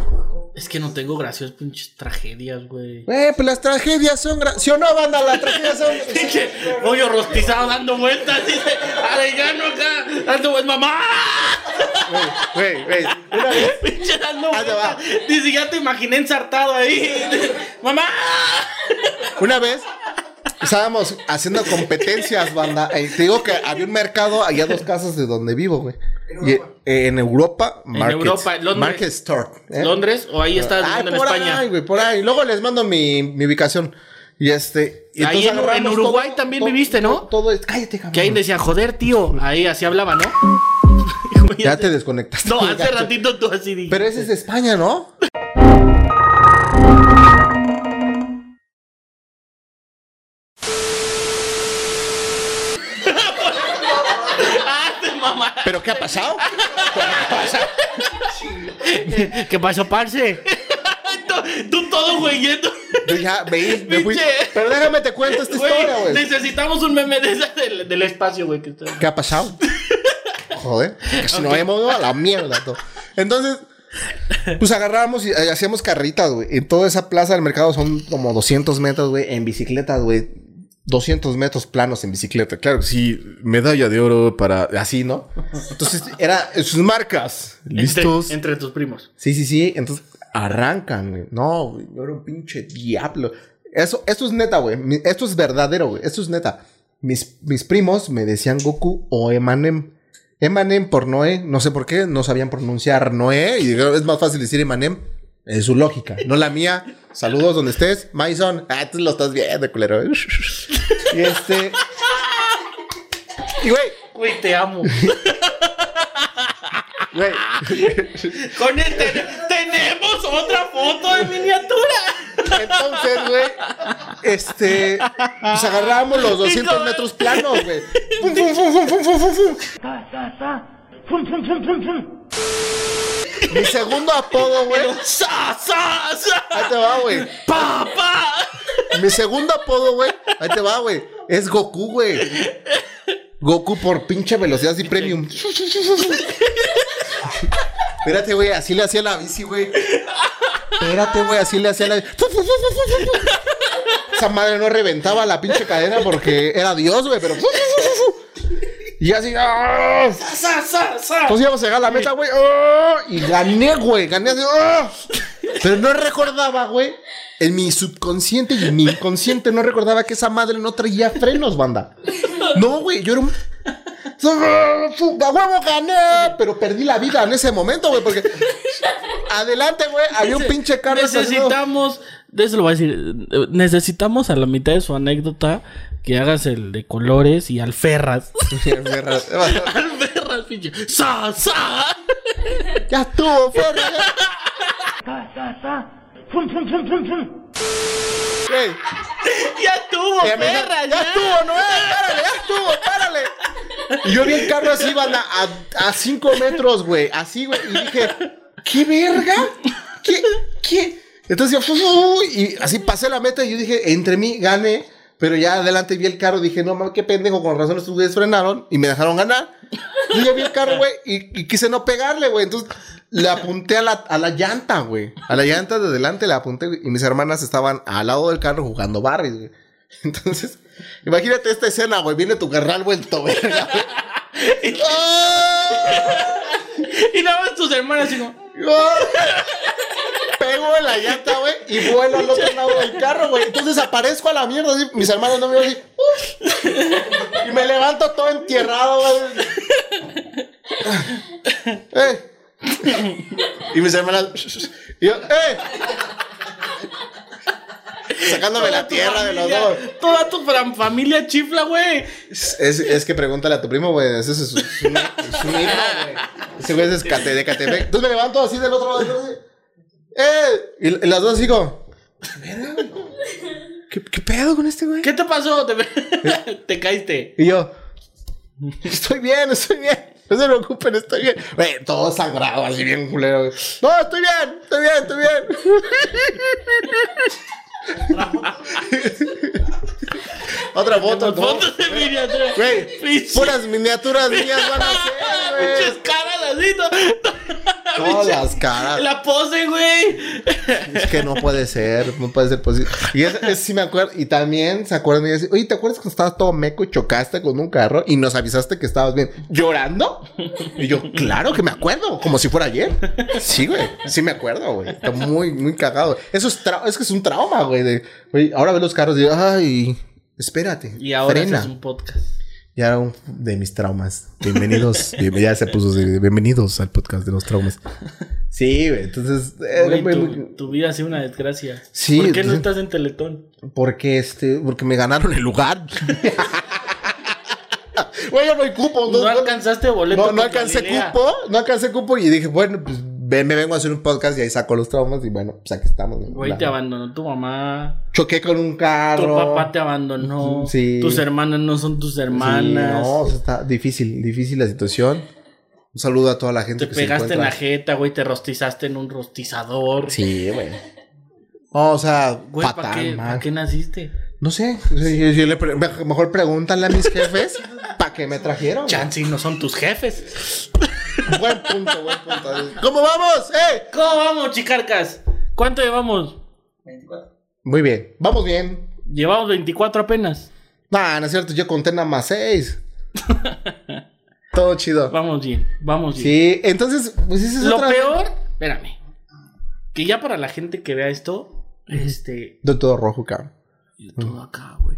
C: Es que no tengo graciosas pinches tragedias, güey.
A: Eh, pues las tragedias son graciosas. ¿Sí o no, banda? Las tragedias son.
C: Pinche pollo rostizado dando vueltas. Dice, Arellano acá. Dando vueltas, mamá.
A: Güey, güey. Una vez.
C: Pinche dando
A: Ahí Ah, te va.
C: vueltas. Dice, ya te imaginé ensartado ahí. mamá.
A: Una vez estábamos haciendo competencias, banda. Eh, te digo que había un mercado allá a dos casas de donde vivo, güey. Y, eh, en Europa, Market,
C: Europa, Londres.
A: Market Store. ¿eh?
C: Londres o ahí estás
A: Ay,
C: viviendo en
A: por
C: España.
A: ahí, güey, por ahí. Luego les mando mi, mi ubicación. Y este. y
C: Ahí
A: entonces
C: en-
A: agarramos
C: en Uruguay también viviste, ¿no?
A: Todo, es- cállate, cabrón.
C: Que ahí decía, joder, tío. Ahí así hablaba, ¿no? Güey,
A: Ya
C: hace-
A: te desconectaste.
C: No, hace
A: gacho.
C: ratito tú así dijiste.
A: Pero ese es de España, ¿no?
C: mamá.
A: ¿Pero qué ha pasado?
C: ¿Qué pasó, parce? tú, tú todo güeyendo.
A: Yo ya me, ir- me fui.
C: Pinche.
A: Pero déjame te cuento esta
C: Güey,
A: historia, güey.
C: necesitamos un meme de esa del, del espacio, güey. Que está...
A: ¿Qué ha pasado? Joder, casi nos hemos ido a la mierda. todo. Entonces, pues agarrábamos y eh, hacíamos carritas, güey. En toda esa plaza del mercado son como 200 metros, güey, en bicicletas, güey. 200 metros planos en bicicleta. Claro, que sí, medalla de oro para... Así, ¿no? Entonces, era en sus marcas.
C: Entre-
A: Listos.
C: Entre, tus primos.
A: Sí, sí, sí. Entonces, arrancan, güey. No, güey, yo era un pinche diablo. Eso, esto es neta, güey. Mi- Esto es verdadero, güey. Esto es neta. Mis, mis primos me decían Goku o Emanem. Emanem por Noé. No sé por qué. No sabían pronunciar Noé. Y digo, es más fácil decir Emanem. Es su lógica, no la mía. Saludos donde estés. Mason. Ah, tú lo estás viendo, culero. Y este... Y güey,
C: Güey, te amo.
A: güey.
C: Con el te- tenemos otra foto de miniatura.
A: Entonces, güey, este, pues agarramos los 200 metros planos, güey. Pum, pum, pum, pum, pum, pum, pum, pum. Mi segundo apodo, güey.
C: Sa, sa, sa.
A: Ahí te va, güey.
C: Papá.
A: Mi segundo apodo, güey. Ahí te va, güey. Es Goku, güey. Goku por pinche velocidad y premium. Espérate, güey, así le hacía la bici, güey. Espérate, güey, así le hacía la bici. Esa madre no reventaba la pinche cadena porque era Dios, güey, pero. Y así. ¡ah!
C: Sa, sa, sa.
A: Entonces íbamos a llegar a la meta, güey. ¡oh! Y gané, güey. Gané así. ¡oh! Pero no recordaba, güey. En mi subconsciente y en mi inconsciente no recordaba que esa madre no traía frenos, banda. No, güey. Yo era un. ¡A huevo gané! Pero perdí la vida en ese momento, güey. Porque. Adelante, güey. Había un pinche carro. estacionado.
C: Necesitamos, de eso lo voy a decir, eh, necesitamos a la mitad de su anécdota que hagas el de colores y alferras.
A: Mierda.
C: alferras, pinche. Sa, sa.
A: Ya estuvo, Ferro. ya- Güey,
C: ¡Ya tuvo,
A: y a mí,
C: perra!
A: ya estuvo, no párale, ya estuvo, párale. Y yo vi el carro así, van a, a cinco metros, güey, así, güey, y dije, ¿qué verga? ¿Qué? ¿Qué? Entonces yo, fu, fu, fu, y así pasé la meta y yo dije, entre mí, gané. Pero ya adelante vi el carro, dije, no mames, qué pendejo, con razón estos güeyes frenaron y me dejaron ganar. Yo ya vi el carro, güey, y, y quise no pegarle, güey. Entonces le apunté a la, a la llanta, güey. A la llanta de delante le apunté, güey, y mis hermanas estaban al lado del carro jugando barris, güey. Entonces, imagínate esta escena, güey. Viene tu carnal vuelto, verga, güey. ¡Ah!
C: Y nada más tus hermanas así como...
A: ¡Ah! Pego en la llanta, güey, y vuelo al otro lado del carro, güey. Entonces aparezco a la mierda, así, mis hermanos no me ven así. ¡uh! Y me levanto todo entierrado, güey. ¡Eh! Y mis hermanas. Y yo, ¡eh! Sacándome la tierra de los dos.
C: Toda tu fam- familia chifla, güey.
A: Es, es que pregúntale a tu primo, güey. Ese es, su- es un es un himno, güey. Ese güey es Cate- de Catepec. Entonces me levanto así del otro lado. así, ¡Eh! Y, y las dos digo. ¿Qué, ¿Qué pedo con este güey? ¿Eh?
C: ¿Qué te pasó? Te, te caíste.
A: Y yo. Estoy bien, estoy bien. No se preocupen, estoy bien. Güey, todo sangrado, así bien culero. güey. No, estoy bien, estoy bien, estoy bien. Otra foto, ¿no?
C: Fotos de miniatura.
A: Güey,
C: Pinche-
A: puras miniaturas mías van a ser, güey.
C: Pinches caras así. to-
A: Todas las caras.
C: La pose, güey.
A: Es que no puede ser, no puede ser posible. Y eso, eso sí me acuerdo. Y también se acuerdan y dicen, oye, ¿te acuerdas cuando estabas todo meco y chocaste con un carro y nos avisaste que estabas bien? ¿Llorando? Y yo, claro que me acuerdo, como si fuera ayer. Sí, güey. Sí me acuerdo, güey. Está muy, muy cagado. Eso es, tra- es que es un trauma, güey. de, güey, ahora ve los carros y digo, ay, espérate.
C: Y ahora
A: frena".
C: es un podcast.
A: Y ahora un de mis traumas. Bienvenidos. bien- ya se puso así, bienvenidos al podcast de los traumas. Sí, güey. Entonces, eh,
C: Güey,
A: güey,
C: tu, tu vida ha sido una desgracia.
A: Sí,
C: ¿Por qué no
A: sí.
C: estás en Teletón?
A: porque este, porque me ganaron el lugar. Güey, yo no hay cupo.
C: No alcanzaste boleto.
A: No, no
C: con
A: alcancé
C: Galilea.
A: cupo. No alcancé cupo. Y dije, bueno, pues ve- me vengo a hacer un podcast y ahí saco los traumas. Y bueno, pues aquí estamos.
C: Güey,
A: La-
C: te abandonó tu mamá.
A: Choqué con un
C: Tu
A: carro.
C: papá te abandonó.
A: Sí.
C: Tus hermanas no son tus
A: Sí,
C: hermanas.
A: no, o sea, está difícil, difícil la situación. Un saludo a toda la gente
C: te
A: que
C: pegaste
A: se
C: en
A: encuentra.
C: la jeta, güey. Te rostizaste en un rostizador.
A: Sí, güey. No, o sea,
C: Güey, ¿para
A: fatal,
C: qué,
A: man.
C: pa' qué naciste?
A: No sé. o sea, yo- yo le pre- me- mejor pregúntale a mis jefes para qué me trajeron. güey.
C: Chance y no son tus jefes.
A: Buen punto, buen punto. ¿Cómo vamos? ¡Eh!
C: ¿Cómo vamos, chicarcas? ¿Cuánto llevamos?
A: Muy bien. Vamos bien.
C: Llevamos 24 apenas.
A: Nah, no es cierto. Yo conté nada más seis. Todo chido.
C: Vamos bien, vamos bien.
A: Sí, entonces, pues esa es
C: Lo
A: otra-
C: peor, espérame. Que ya para la gente que vea esto, este.
A: De todo rojo, cabrón.
C: Todo acá, güey.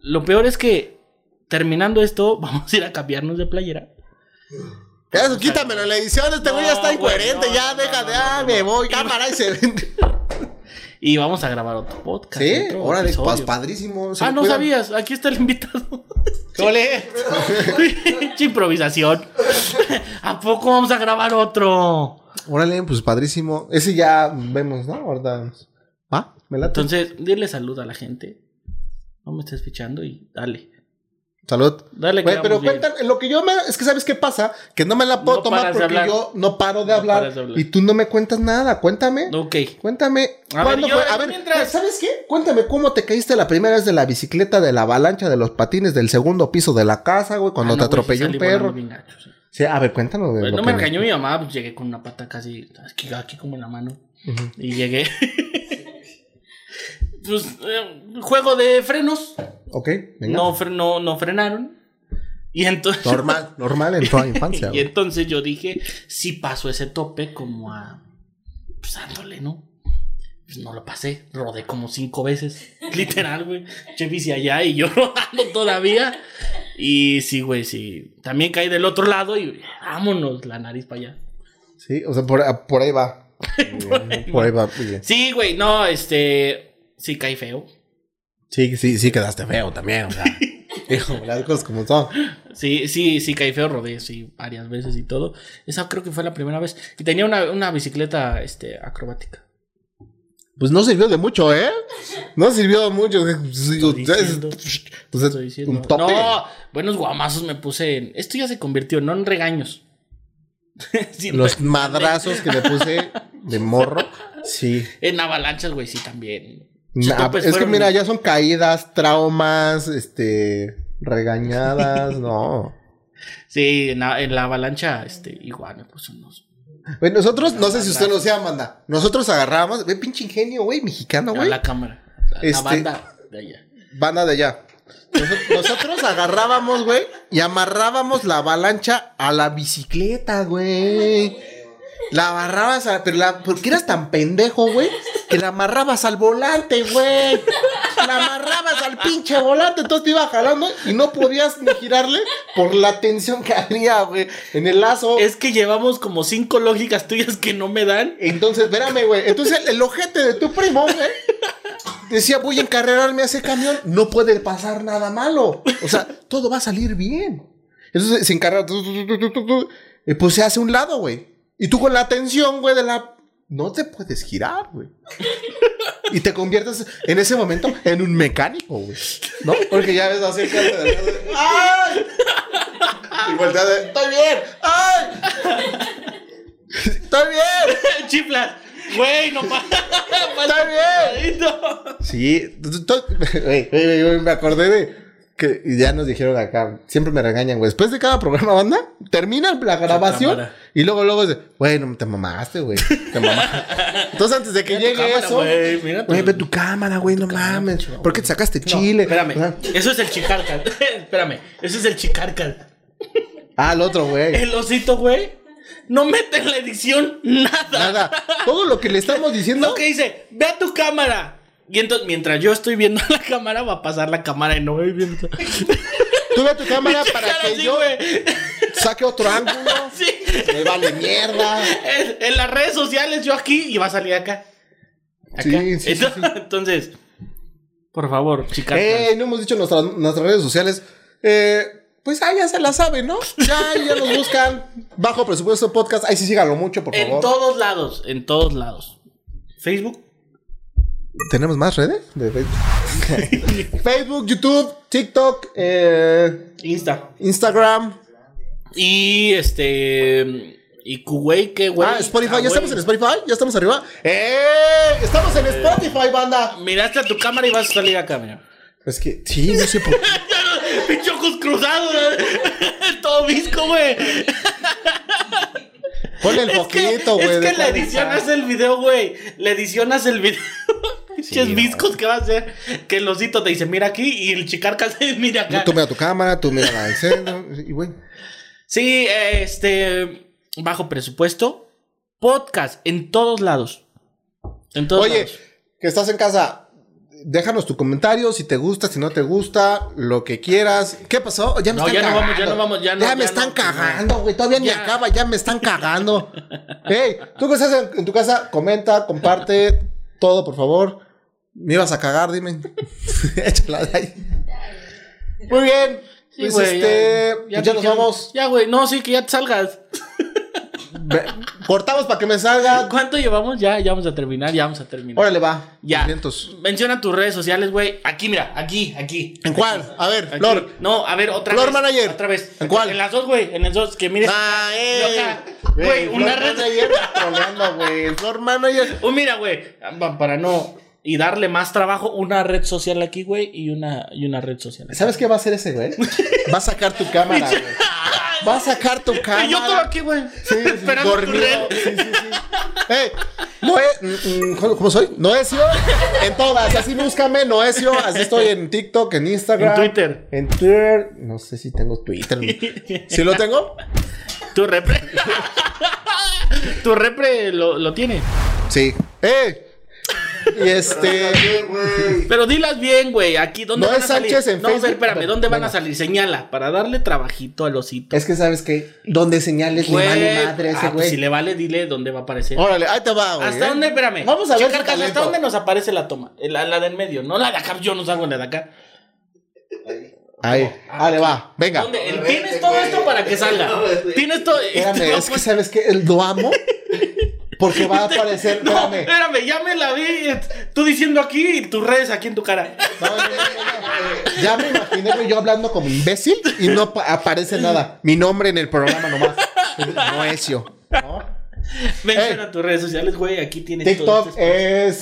C: Lo peor es que terminando esto, vamos a ir a cambiarnos de playera.
A: Eso, quítamelo en la edición. Este güey ya está
C: No, güey,
A: incoherente.
C: no,
A: ya,
C: no,
A: deja
C: no,
A: de.
C: no,
A: ah,
C: no,
A: me
C: no.
A: voy, cámara y se vende.
C: Y vamos a grabar otro podcast.
A: Sí,
C: otro
A: órale,
C: episodio.
A: pas- padrísimo. se
C: Ah, no
A: cuidan.
C: sabías. Aquí está el invitado.
A: ¡Ole!
C: Pinche improvisación. ¿A poco vamos a grabar otro?
A: Órale, pues padrísimo. Ese ya vemos, ¿no? Ahorita vemos. Ah, me late.
C: Entonces, dile salud a la gente. No me estés fichando y dale.
A: Salud.
C: Dale,
A: Güey,
C: que
A: pero
C: vamos bien.
A: cuéntame, lo que yo me. Es que sabes qué pasa, que no me la puedo
C: No
A: tomar
C: paras de
A: porque
C: hablar.
A: yo no paro de,
C: No
A: hablar,
C: paras de hablar.
A: Y tú no me cuentas nada. Cuéntame.
C: Ok.
A: Cuéntame.
C: A
A: ¿cuándo
C: ver, yo-
A: fue? A
C: yo
A: ver,
C: mientras-
A: ¿sabes qué? Cuéntame cómo te caíste la primera vez de la bicicleta, de la avalancha, de los patines, del segundo piso de la casa, güey, cuando
C: Ah,
A: te
C: no, güey, sí
A: atropelló un
C: salí
A: perro.
C: volando bien gacho, sí.
A: Sí, a ver, cuéntanos. güey,
C: Pues
A: lo
C: no me
A: que-
C: engañó mi mamá, pues llegué con una pata casi aquí, aquí como en la mano.
A: Ujú.
C: Y llegué. pues eh, juego de frenos.
A: Ok, venga.
C: No, fre- no, no frenaron. Y entonces.
A: Normal, normal en toda infancia.
C: y
A: güey.
C: entonces yo dije, si paso ese tope como a... Pues dándole, ¿no? Pues no lo pasé, rodé como cinco veces, literal, güey. Che bici allá y yo rodando todavía. Y sí, güey, sí. También caí del otro lado y vámonos la nariz para allá.
A: Sí, o sea, por, por ahí va. Por ahí va. muy bien.
C: Sí, güey, no, este... Sí, caí feo.
A: Sí, sí, sí, quedaste feo también, o sea. Digo, las cosas como son.
C: Sí, sí, sí, caí feo, rodé, sí, varias veces y todo. Esa creo que fue la primera vez. Y tenía una, una bicicleta este, acrobática.
A: Pues no sirvió de mucho, ¿eh? No sirvió de mucho. Digo,
C: Estoy
A: es-
C: diciendo,
A: pues,
C: estoy diciendo.
A: un tope.
C: No, buenos guamazos me puse en. Esto ya se convirtió, no en regaños. Sí,
A: Los madrazos que le puse de morro. Sí.
C: En avalanchas, güey, sí, también.
A: Nah,
C: Topes
A: es que
C: fueron-
A: mira, ya son caídas, traumas, este, regañadas, no.
C: Sí, en la, en la avalancha, este, igual me puse unos.
A: Ah, Güey, nosotros, no sé si usted lo sea, Amanda. Nosotros agarrábamos, ve pinche ingenio, güey, mexicano,
C: A
A: güey.
C: la cámara. La, la
A: Este-
C: banda de allá.
A: Banda de allá. Nos- Nosotros agarrábamos, güey, y amarrábamos la avalancha a la bicicleta, güey. La amarrabas a. Pero la, porque eras tan pendejo, güey, que la amarrabas al volante, güey. La amarrabas al pinche volante, entonces te iba jalando y no podías ni girarle por la tensión que había, güey, en el lazo.
C: Es que llevamos como cinco lógicas tuyas que no me dan.
A: Entonces, espérame, güey. Entonces, el, el ojete de tu primo, güey, decía, voy a encarrerarme a ese camión. No puede pasar nada malo. O sea, todo va a salir bien. Entonces, se encarga. tu, tu, tu, tu, tu, tu, y pues se hace a un lado, güey. Y tú con la tensión, güey, de la... No te puedes girar, güey. Y te conviertes en ese momento en un mecánico, güey. ¿No? Porque ya ves así. cara de- ¡Ay! Y voltea de... ¡Estoy bien! ¡Ay! ¡Estoy bien!
C: Chiflas. Güey, no pasa.
A: ¡Está bien! Sí, tú- tú- güey, güey, güey, güey, me acordé de que ya nos dijeron acá, siempre me regañan, güey. Después de cada programa, banda, termina la grabación
C: cámara.
A: y luego, luego es de, güey, no te mamaste, güey. Te mamaste. Entonces, antes de que
C: Mira tu
A: llegue
C: cámara,
A: eso,
C: güey, mira tu-
A: güey, ve tu cámara, güey, no mames. ¿Por qué te sacaste chile?
C: Espérame.
A: Ah,
C: Eso es el chicarcal. Espérame. Eso es el chicarcal.
A: Ah, el otro, güey.
C: El osito, güey. No mete en la edición nada.
A: Nada. Todo lo que le estamos diciendo.
C: Lo que dice, ve a tu cámara. Y entonces, mientras yo estoy viendo la cámara, va a pasar la cámara y no voy viendo.
A: Tú ve tu cámara para
C: Cara
A: que
C: así,
A: yo
C: güey.
A: saque otro ángulo.
C: Sí.
A: Me vale mierda.
C: En, en las redes sociales, yo aquí y va a salir acá. Acá.
A: Sí, sí, sí,
C: entonces, entonces, por favor, chicarcal.
A: Eh, no hemos dicho nuestras, nuestras redes sociales. Eh, pues ah, ya se la sabe, ¿no? Ya, ya nos buscan. Bajo presupuesto podcast. Ahí sí síganlo mucho, por
C: en
A: favor.
C: todos lados, en todos lados. Facebook,
A: ¿Tenemos más redes? De Facebook. Facebook, YouTube, TikTok, eh,
C: Insta.
A: Instagram.
C: Y este. Y Kuwait, qué güey.
A: ah, Spotify.
C: Ah,
A: ¿Ya estamos en
C: güey.
A: Spotify? ¿Ya estamos arriba? ¡Eh! ¡Estamos en Spotify, banda!
C: Miraste a tu cámara y vas a salir acá, mira.
A: Es que, sí, no sé por qué.
C: Pinche ojos cruzados. ¿no? Todo visco, güey.
A: Ponle el
C: Es que,
A: poquito, güey. de
C: es que la
A: cuál
C: edición
A: está.
C: hace el video, güey. La edición hace el video. Pinches viscos que va a hacer. Que el osito te dice, mira aquí. Y el chicarca dice, mira acá.
A: Tú mira tu cámara, tú mira la del centro, Y, güey.
C: Sí, eh, este. Bajo presupuesto. Podcast en todos lados. En todos
A: Oye,
C: lados.
A: que estás en casa, déjanos tu comentario, si te gusta, si no te gusta, lo que quieras. ¿Qué pasó? Ya me
C: No,
A: están
C: ya no
A: cagando.
C: vamos, ya no vamos, ya no,
A: me
C: ya
A: están
C: no,
A: cagando, güey. Todavía ni
C: Ya.
A: acaba, ya me están cagando. Ey, tú que estás en, en tu casa, comenta, comparte todo, por favor. Me ibas a cagar, dime. Échala de ahí. Muy bien.
C: Sí,
A: pues
C: güey,
A: este, pues, ya, nos
C: dijeron-
A: vamos.
C: Ya, güey, no, sí, que ya te salgas.
A: Ve- Cortamos para que me salga.
C: Ah, ¿Cuánto llevamos? Ya, ya vamos a terminar, ya vamos a terminar.
A: Órale, va.
C: ya.
A: 500.
C: Menciona tus redes sociales, güey. Aquí, mira, aquí, aquí.
A: ¿En cuál? A ver,
C: aquí.
A: Lord.
C: No, a ver, otra
A: Flor
C: vez.
A: Manager.
C: Otra vez.
A: ¿En cuál?
C: En las dos, güey. En las dos, que mires.
A: Ah, eh.
C: Loca. Güey, una
A: Flor
C: red-
A: Manager troleando, güey. Flor Manager.
C: Oh, mira, güey. pa- Para no. Y darle más trabajo, una red social aquí, güey, y una, y una red social. aquí.
A: ¿Sabes qué va a hacer ese, güey? Va a sacar tu cámara, güey. Va a sacar tu cámara.
C: Y yo todo aquí, güey.
A: Sí, sí,
C: Esperando tu
A: dormido.
C: red.
A: Sí, sí, sí. Ey, Noé, mm, mm, ¿cómo cómo soy? Noesio, en todas, así búscame, Noesio, así estoy en TikTok, en Instagram.
C: En Twitter.
A: En Twitter, no sé si tengo Twitter. ¿Sí lo tengo?
C: Tu repre. tu repre lo, lo tiene.
A: Sí. ¡Eh! Y este...
C: Pero dilas bien, güey. Aquí, ¿dónde
A: No
C: van
A: es
C: a salir?
A: Sánchez en
C: no, a ver,
A: Facebook.
C: espérame, ¿dónde van
A: Venga.
C: a salir? Señala, para darle trabajito al osito.
A: Es que sabes que donde señales
C: Güey,
A: le vale madre a
C: ah,
A: ese
C: pues,
A: güey.
C: si le vale, dile dónde va a aparecer.
A: Órale, ahí te va, güey.
C: ¿Hasta
A: ¿eh?
C: dónde? Espérame.
A: Vamos a ver.
C: Chicarcas,
A: su talento.
C: Eh, ¿hasta dónde nos aparece la toma? La, la del medio, no la de acá. Yo no salgo en la de acá.
A: Ahí. Dale, va. Venga.
C: ¿Dónde? El- Tienes todo esto para que salga. Tienes todo.
A: Espérame, es que sabes que lo amo. Porque va a aparecer.
C: pues. No,
A: Espérame.
C: espérame, ya me la vi. eh, Tú diciendo aquí y tus redes aquí en tu cara.
A: No, no, no, no. Ya me imaginé güey, yo hablando como imbécil y no pa- aparece nada. Mi nombre en el programa nomás. Noesio. ¿no?
C: Ven
A: Ey.
C: a tus redes sociales, güey. Aquí tienes todo. este
A: TikTok
C: esto.
A: es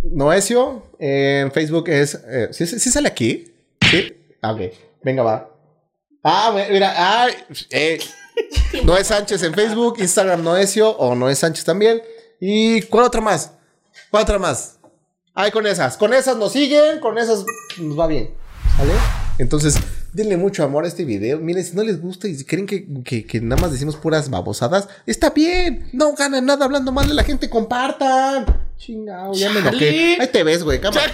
C: pues.
A: Noesio. En Facebook es. eh, ¿sí, sí- sí sale aquí? Sí. Ah, ok. Venga, va. Ah, me- mira. Ah, eh, Noé Sánchez en Facebook, Instagram Noesio o Noé Sánchez también. ¿Y cuál otra más? ¿Cuál otra más? Ay, con esas. Con esas nos siguen, con esas nos va bien. ¿Sale? Entonces, denle mucho amor a este video. Miren, si no les gusta y si creen que, que- que nada más decimos puras babosadas, está bien. No ganan nada hablando mal de la gente. Compartan. Chingao, ya me enojé.
C: Chale.
A: Ahí te ves, güey. cámara.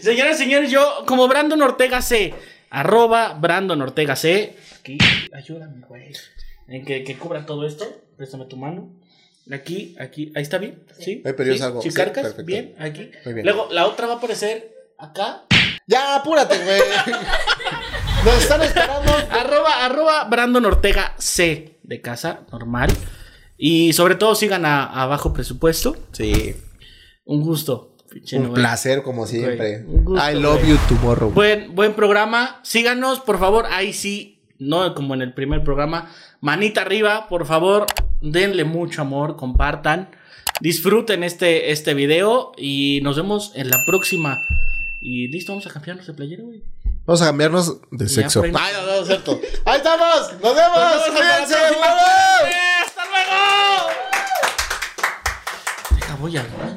C: Señoras y señores, yo como Brandon Ortega C. Arroba Brandon Ortega C. Aquí, ayúdame, güey. En que, que cubra todo esto. Préstame tu mano. Aquí, aquí. Ahí está bien. Sí.
A: Ahí pedí
C: ¿Sí?
A: algo. Sí,
C: Chicarcas,
A: perfecto.
C: bien. Aquí.
A: Muy bien.
C: Luego la otra va a aparecer acá.
A: Ya, apúrate, güey. Nos están esperando.
C: Arroba, arroba Brandon Ortega C. De casa, normal. Y sobre todo sigan a, a bajo presupuesto.
A: Sí.
C: Un gusto. pinche
A: Un
C: Noel.
A: placer, como siempre.
C: Güey, un gusto,
A: I love
C: güey.
A: you tomorrow.
C: Buen, buen programa. Síganos, por favor. Ahí sí, no como en el primer programa. Manita arriba, por favor. Denle mucho amor, compartan. Disfruten este, este video y nos vemos en la próxima. Y listo, vamos a cambiarnos de playera, güey.
A: Vamos a cambiarnos de sexo.
C: aprendí.
A: Ay, no, no, es cierto. Ahí estamos. Nos vemos.
C: Nos vemos hasta la
A: Cuídense.
C: próxima.
A: ¡Huevos!
C: ¡Hasta luego! Deja, voy al baño.